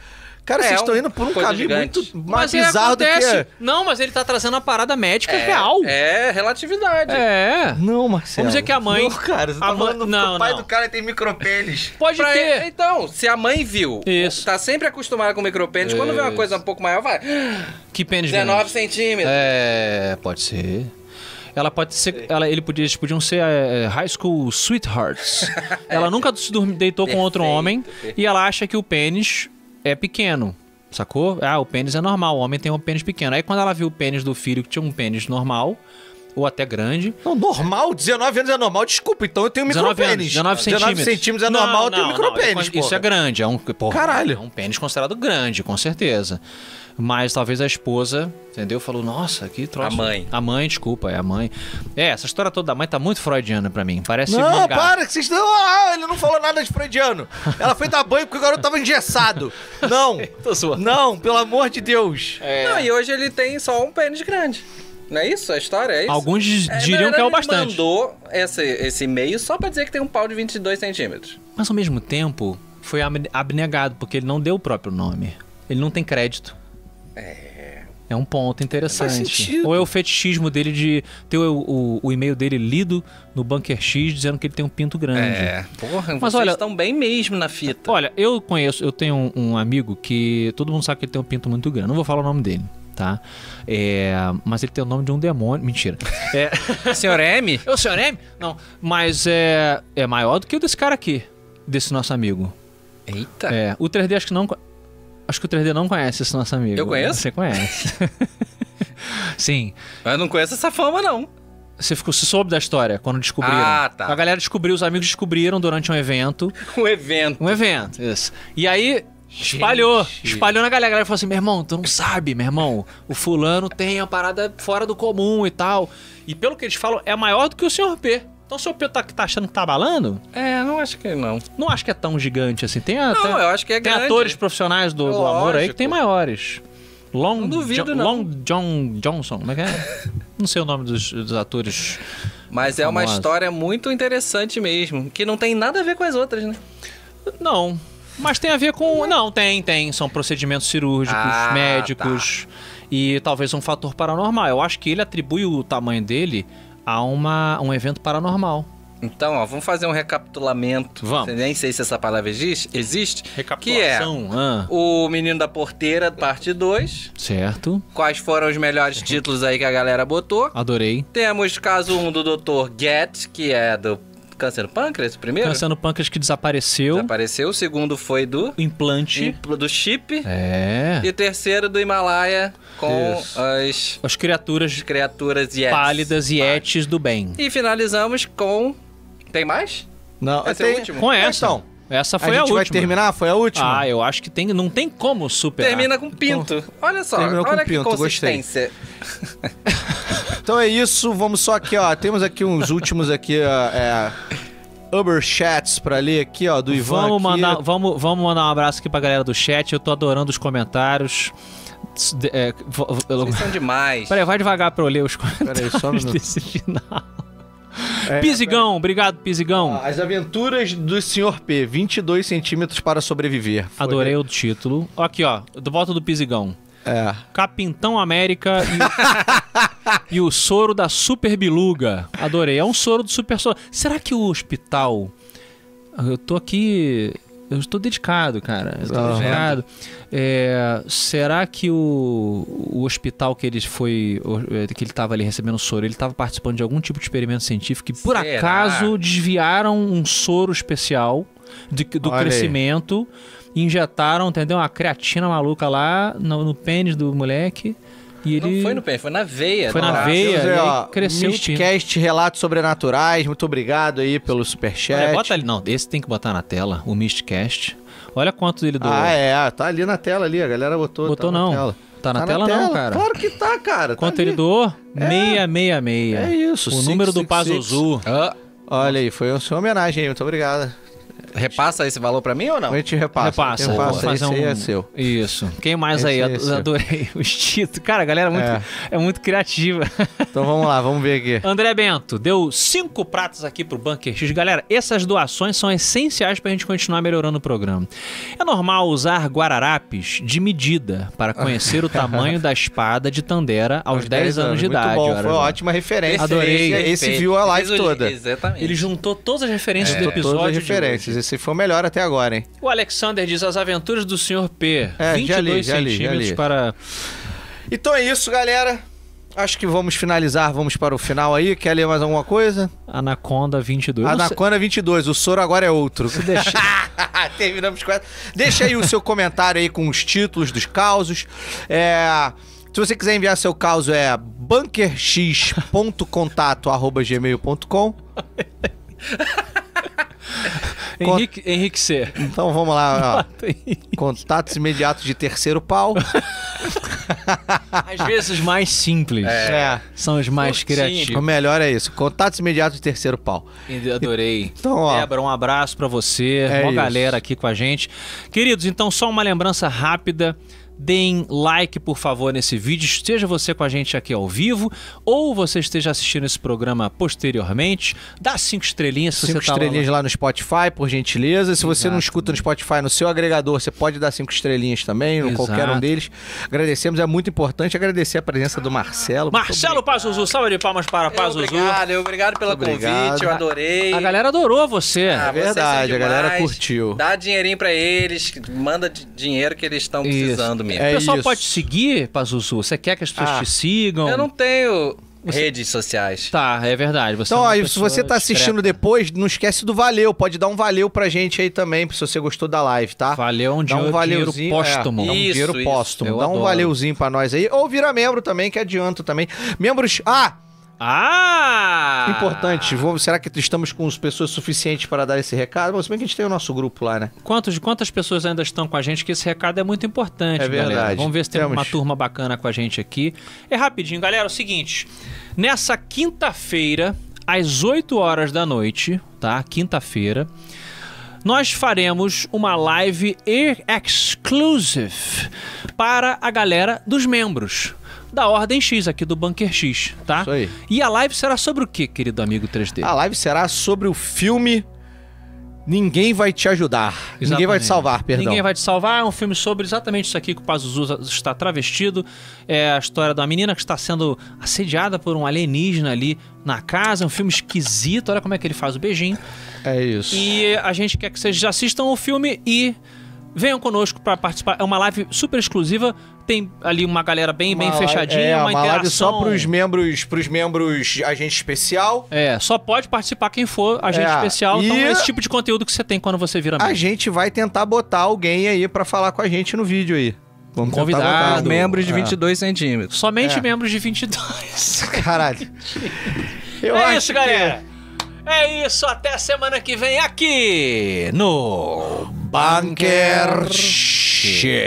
S2: Cara,
S3: É,
S2: vocês estão
S3: um-
S2: indo por um
S3: coisa
S2: caminho
S3: gigante.
S2: muito mais bizarro do que... é.
S1: Não, mas ele tá trazendo uma parada médica real.
S3: É, relatividade.
S1: É.
S2: Não, Marcelo.
S1: Vamos dizer que a mãe-
S2: Não, cara, você
S1: a
S2: tá
S1: mãe-
S2: falando
S1: não,
S2: que o pai
S1: não.
S2: do cara tem micropênis.
S1: Pode
S3: Pra-
S1: ter.
S3: Então, se a mãe viu,
S1: Isso.
S3: tá sempre acostumada com micropênis, quando vê uma coisa um pouco maior, vai.
S1: Que pênis
S3: 19
S1: grande.
S3: centímetros.
S1: É, pode ser. Ela pode ser. Ela, ele podia, eles podiam ser é, high school sweethearts. ela nunca se dormi- deitou com outro
S3: Perfeito,
S1: homem
S3: perfeito.
S1: e ela acha que o pênis é pequeno. Sacou? Ah, o pênis é normal, o homem tem um pênis pequeno. Aí quando ela viu o pênis do filho que tinha um pênis normal, ou até grande,
S2: Não, normal, 19 anos é normal, desculpa, então eu tenho
S1: 19 anos,
S2: micropênis.
S1: 19 centímetros.
S2: é
S1: Não,
S2: normal, eu tenho
S1: não, não,
S2: micropênis,
S1: isso-
S2: pô.
S1: Isso é grande, é um, porra,
S2: Caralho.
S1: é um pênis considerado grande, com certeza. Mas talvez a esposa, entendeu? Falou, nossa, que troço.
S3: A mãe.
S1: A mãe, desculpa, é a mãe. É, essa história toda da mãe tá muito freudiana pra mim, parece um
S2: Não,
S1: mangá.
S2: para, que vocês estão. Ah, ele não falou nada de freudiano. Ela foi dar banho porque o garoto tava engessado. Não.
S1: Tô zoando.
S2: Não, pelo amor de Deus.
S1: É.
S3: É. Não, e hoje ele tem só um pênis grande. Não é isso? A história é isso?
S1: Alguns diriam
S3: na
S1: que é o
S3: verdade,
S1: bastante.
S3: Ele mandou esse, esse e-mail só pra dizer que tem um pau de 22 centímetros.
S1: Mas ao mesmo tempo, foi ab- abnegado, porque ele não deu o próprio nome. Ele não tem crédito. É. É um ponto interessante.
S2: Faz sentido.
S1: Ou é o fetichismo dele de ter o, o- o e-mail dele lido no Bunker X dizendo que ele tem um pinto grande.
S2: É.
S3: É, Porra,
S1: Mas
S3: vocês
S1: olha-
S3: estão bem mesmo na fita.
S1: Olha, eu conheço, eu tenho um, um amigo que todo mundo sabe que ele tem um pinto muito grande. Não vou falar o nome dele, tá? É, mas ele tem o nome de um demônio. Mentira. É,
S3: Senhor M?
S1: é o senhor M? Não. Mas é, é maior do que o desse cara aqui, desse nosso amigo.
S3: Eita.
S1: É, o 3D acho que não. co- Acho que o 3D não conhece esse nosso amigo.
S3: Eu conheço?
S1: Você conhece. Sim.
S3: Eu não conheço essa fama, não.
S1: Você ficou, você soube da história quando descobriram.
S3: Ah, tá.
S1: A galera descobriu, os amigos descobriram durante um evento.
S3: Um evento.
S1: Um evento, isso. E aí. Espalhou, espalhou na galera. A galera falou assim: meu irmão, tu não sabe, meu irmão. O fulano tem uma parada fora do comum e tal. E pelo que eles falam, é maior do que o senhor P. Então o senhor P tá, tá achando que tá balando?
S3: É, não acho que não.
S1: Não acho que é tão gigante assim. Tem, a, tem-
S3: Não, eu acho que é
S1: tem
S3: grande.
S1: atores profissionais do, do amor aí que tem maiores. Long,
S3: Não duvido,
S1: Jo-
S3: não.
S1: Long John Johnson, como é que é? não sei o nome dos, dos atores.
S3: Mas é uma
S1: Famosa.
S3: história muito interessante mesmo, que não tem nada a ver com as outras, né?
S1: Não. Mas tem a ver com. Não, tem, tem. São procedimentos cirúrgicos,
S3: Ah,
S1: médicos e talvez um fator paranormal. Eu acho que ele atribui o tamanho dele a uma, um evento paranormal.
S3: Então, ó, vamos fazer um recapitulamento.
S1: Vamos.
S3: Nem sei se essa palavra existe. existe que é
S1: Recapitulação. Ah,
S3: o Menino da Porteira, parte 2.
S1: certo.
S3: Quais foram os melhores títulos aí que a galera botou?
S1: Adorei.
S3: Temos caso 1 um do Dr. Get, que é do câncer do pâncreas, o primeiro.
S1: Cansando pâncreas que desapareceu.
S3: Desapareceu. O segundo foi do
S1: Implante.
S3: do chip.
S1: É.
S3: E o terceiro do Himalaia com
S1: Isso.
S3: as
S1: As criaturas
S3: criaturas Yetis.
S1: pálidas e etes do bem.
S3: E finalizamos com. Tem mais?
S2: Não,
S3: Esse é o último.
S1: Com essa.
S2: Então,
S1: essa foi
S2: a
S1: a,
S2: gente
S1: última.
S2: vai terminar? Foi a última?
S1: Ah, eu acho que tem, não tem Ah, como superar.
S3: Termina com pinto. Olha só,
S2: Terminou com
S3: olha que
S2: pinto, gostei.
S3: consistência.
S2: Então é isso, vamos só aqui, ó. Temos aqui uns últimos aqui, ó, é, Uber Chats pra ler aqui, ó, do Ivan
S1: Vamos
S2: aqui.
S1: mandar, vamos, vamos mandar um abraço aqui pra galera do chat. Eu tô adorando os comentários. S- de- é, v- v- eu-
S3: Vocês são demais.
S1: Peraí, vai devagar pra eu ler os
S2: Peraí,
S1: comentários
S2: só um minuto.
S1: desse final.
S2: É, Ah,
S1: Pisigão, obrigado, Pisigão.
S2: Ó, As aventuras do Sr. P, 22 centímetros para sobreviver. Foi-
S1: Adorei o título. Ó Aqui, ó, do volta do Pisigão.
S2: É.
S1: Capintão América e o, e o soro da Super Biluga. Adorei. É um soro do Super Soro. Será que o hospital. Eu tô aqui. Eu estou dedicado, cara. Eu tô
S2: Aham.
S1: dedicado. É, será que o, o hospital que ele foi. o- é, que ele tava ali recebendo soro, ele tava participando de algum tipo de experimento científico que, por
S3: Será?
S1: acaso, desviaram um soro especial de- do
S2: Olha aí.
S1: crescimento injetaram, entendeu? Uma creatina maluca lá no, no pênis do moleque. E ele.
S3: Não foi no pênis, foi na veia.
S1: Foi na
S3: Nossa.
S1: veia.
S2: Temos
S1: e aí
S2: ó,
S1: cresceu o
S2: Mistcast Relatos Sobrenaturais, muito obrigado aí pelo superchat.
S1: Olha, bota ali. Não, esse tem que botar na tela, o Mistcast. Olha quanto ele doou.
S2: Ah, é, tá ali na tela ali, a galera botou.
S1: Botou
S2: tá
S1: não.
S2: Na tela.
S1: Tá na tela, não, cara.
S2: Claro que tá, cara. tá
S1: quanto
S2: ali.
S1: ele doou?
S2: É.
S1: 666.
S2: É isso,
S1: O número do
S2: 666.
S1: Pazuzu.
S3: Ah,
S2: Olha aí, foi a sua homenagem aí, muito obrigado.
S3: repassa esse valor pra mim ou não?
S2: A gente repassa.
S1: Repassa,
S2: repassa.
S1: vou fazer
S2: esse aí
S1: um-
S2: é seu.
S1: Isso. Quem mais
S2: Esse
S1: aí?
S2: é
S1: Ado-
S2: seu.
S1: Adorei os títulos. Cara, a galera é muito,
S2: É.
S1: é muito criativa.
S2: Então vamos lá, vamos ver aqui.
S1: André Bento deu cinco pratas aqui pro Bunker X. Galera, essas doações são essenciais pra gente continuar melhorando o programa. É normal usar guararapes de medida para conhecer o tamanho da espada de Tandera aos 10 anos de
S2: muito
S1: idade.
S2: bom,
S1: olha
S2: foi
S1: só.
S2: ótima referência.
S1: Adorei.
S2: Esse, esse
S3: Perfeito.
S2: viu a live
S3: Fez o-
S2: toda. É,
S3: Exatamente.
S1: Ele juntou todas as referências do episódio.
S2: Todas as
S1: de
S2: referências.
S1: hoje.
S2: Esse foi o melhor até agora, hein?
S1: O Alexander diz as aventuras do Sr. P.
S2: É,
S1: 22
S2: já li, já li, já
S1: centímetros
S2: li.
S1: para.
S2: Então é isso, galera. Acho que vamos finalizar, vamos para o final aí. Quer ler mais alguma coisa?
S1: Anaconda 22. Não sei-
S2: Anacona 22, o soro agora é outro. Terminamos com essa. Deixa aí o seu comentário aí com os títulos dos causos. É, se você quiser enviar seu caso é bunkerx.contato@gmail.com.
S1: Henrique, Henrique C.
S2: Então vamos lá, ó. Contatos imediatos de terceiro pau.
S1: Às vezes mais simples.
S2: Ah. É.
S1: São os mais
S3: Curtinho.
S1: criativos.
S2: O melhor é isso. Contatos imediatos de terceiro pau.
S1: Adorei.
S2: Então, ó.
S1: Débora, um abraço pra você,
S2: É
S1: uma
S2: isso.
S1: galera aqui com a gente. Queridos, então só uma lembrança rápida. Deem like, por favor, nesse vídeo. Esteja você com a gente aqui ao vivo ou você esteja assistindo esse programa posteriormente. Dá cinco estrelinhas se
S2: Cinco
S1: você tá
S2: estrelinhas
S1: lá.
S2: lá no Spotify, por gentileza. Se você não
S1: Exato.
S2: escuta no Spotify, no seu agregador, você pode dar cinco estrelinhas também, no
S1: Exato.
S2: qualquer um deles. Agradecemos, é muito importante agradecer a presença do Marcelo.
S1: Marcelo Pazuzu, salve de palmas para Pazuzu.
S3: Obrigado, eu obrigado pelo
S2: Muito obrigado.
S3: convite, eu adorei.
S1: A galera adorou você.
S3: Ah,
S2: É
S3: vocês são
S2: verdade, a galera
S3: demais.
S2: curtiu.
S3: Dá dinheirinho pra eles, manda di- dinheiro que eles estão
S1: Isso.
S3: precisando mesmo.
S2: É
S1: o pessoal
S2: isso.
S1: pode te seguir, Pazuzu? Você quer que as pessoas
S2: Ah,
S1: te sigam?
S3: Eu não tenho redes sociais.
S1: Tá, é verdade. Você é
S2: Então,
S1: uma
S2: ó, e se
S1: pessoa
S2: você tá assistindo
S1: discreta.
S2: depois, não esquece do valeu. Pode dar um valeu pra gente aí também, se você gostou da live, tá?
S1: Valeu, um
S2: Dá
S1: dinheiro,
S2: um valeuzinho.
S1: dinheiro póstumo.
S2: É, dá um
S3: Isso,
S2: dinheiro
S3: isso.
S2: póstumo.
S1: Eu
S2: dá um
S1: adoro.
S2: valeuzinho pra nós aí. Ou vira membro também, que adianta também. Membros. Ah!
S1: Ah!
S2: Importante, vou- será que estamos com as pessoas suficientes para dar esse recado? Bom, se bem que a gente tem o nosso grupo lá, né?
S1: Quantos, quantas pessoas ainda estão com a gente? Que esse recado é muito importante,
S2: É
S1: galera.
S2: verdade.
S1: Vamos ver se tem
S2: Temos.
S1: uma turma bacana com a gente aqui. É rapidinho, galera. É o seguinte: nessa quinta-feira, às 8 horas da noite, tá? Quinta-feira, nós faremos uma live e- exclusive para a galera dos membros. Da Ordem X aqui do Bunker X, tá?
S2: Isso aí.
S1: E a live será sobre o que, querido amigo 3D?
S2: A live será sobre o filme Ninguém Vai Te Ajudar. Ninguém Vai Te
S1: Exatamente.
S2: Salvar, perdão.
S1: Ninguém vai te salvar. É um filme sobre exatamente isso aqui que o Pazuzu está travestido. É a história da menina que está sendo assediada por um alienígena ali na casa. É um filme esquisito. Olha como é que ele faz o beijinho.
S2: É isso.
S1: E a gente quer que vocês assistam o filme e venham conosco para participar. É uma live super exclusiva. Tem ali uma galera bem, bem
S2: live-
S1: fechadinha,
S2: é,
S1: uma,
S2: uma
S1: interação.
S2: live só pros membros, pros membros agente especial.
S1: É, só pode participar quem for agente
S2: É,
S1: especial.
S2: e-
S1: Então, é esse tipo de conteúdo que você tem quando você vira
S2: A
S1: membro.
S2: gente vai tentar botar alguém aí pra falar com a gente no vídeo aí. Vamos tentar
S1: Convidado,
S2: botar.
S3: Membros de
S2: É.
S3: 22 centímetros.
S1: Somente
S2: É.
S1: membros de 22.
S2: Caralho. Eu
S1: é
S2: acho
S1: isso,
S2: que-
S1: galera. É isso. Até semana que vem aqui no
S2: Bunker Shares.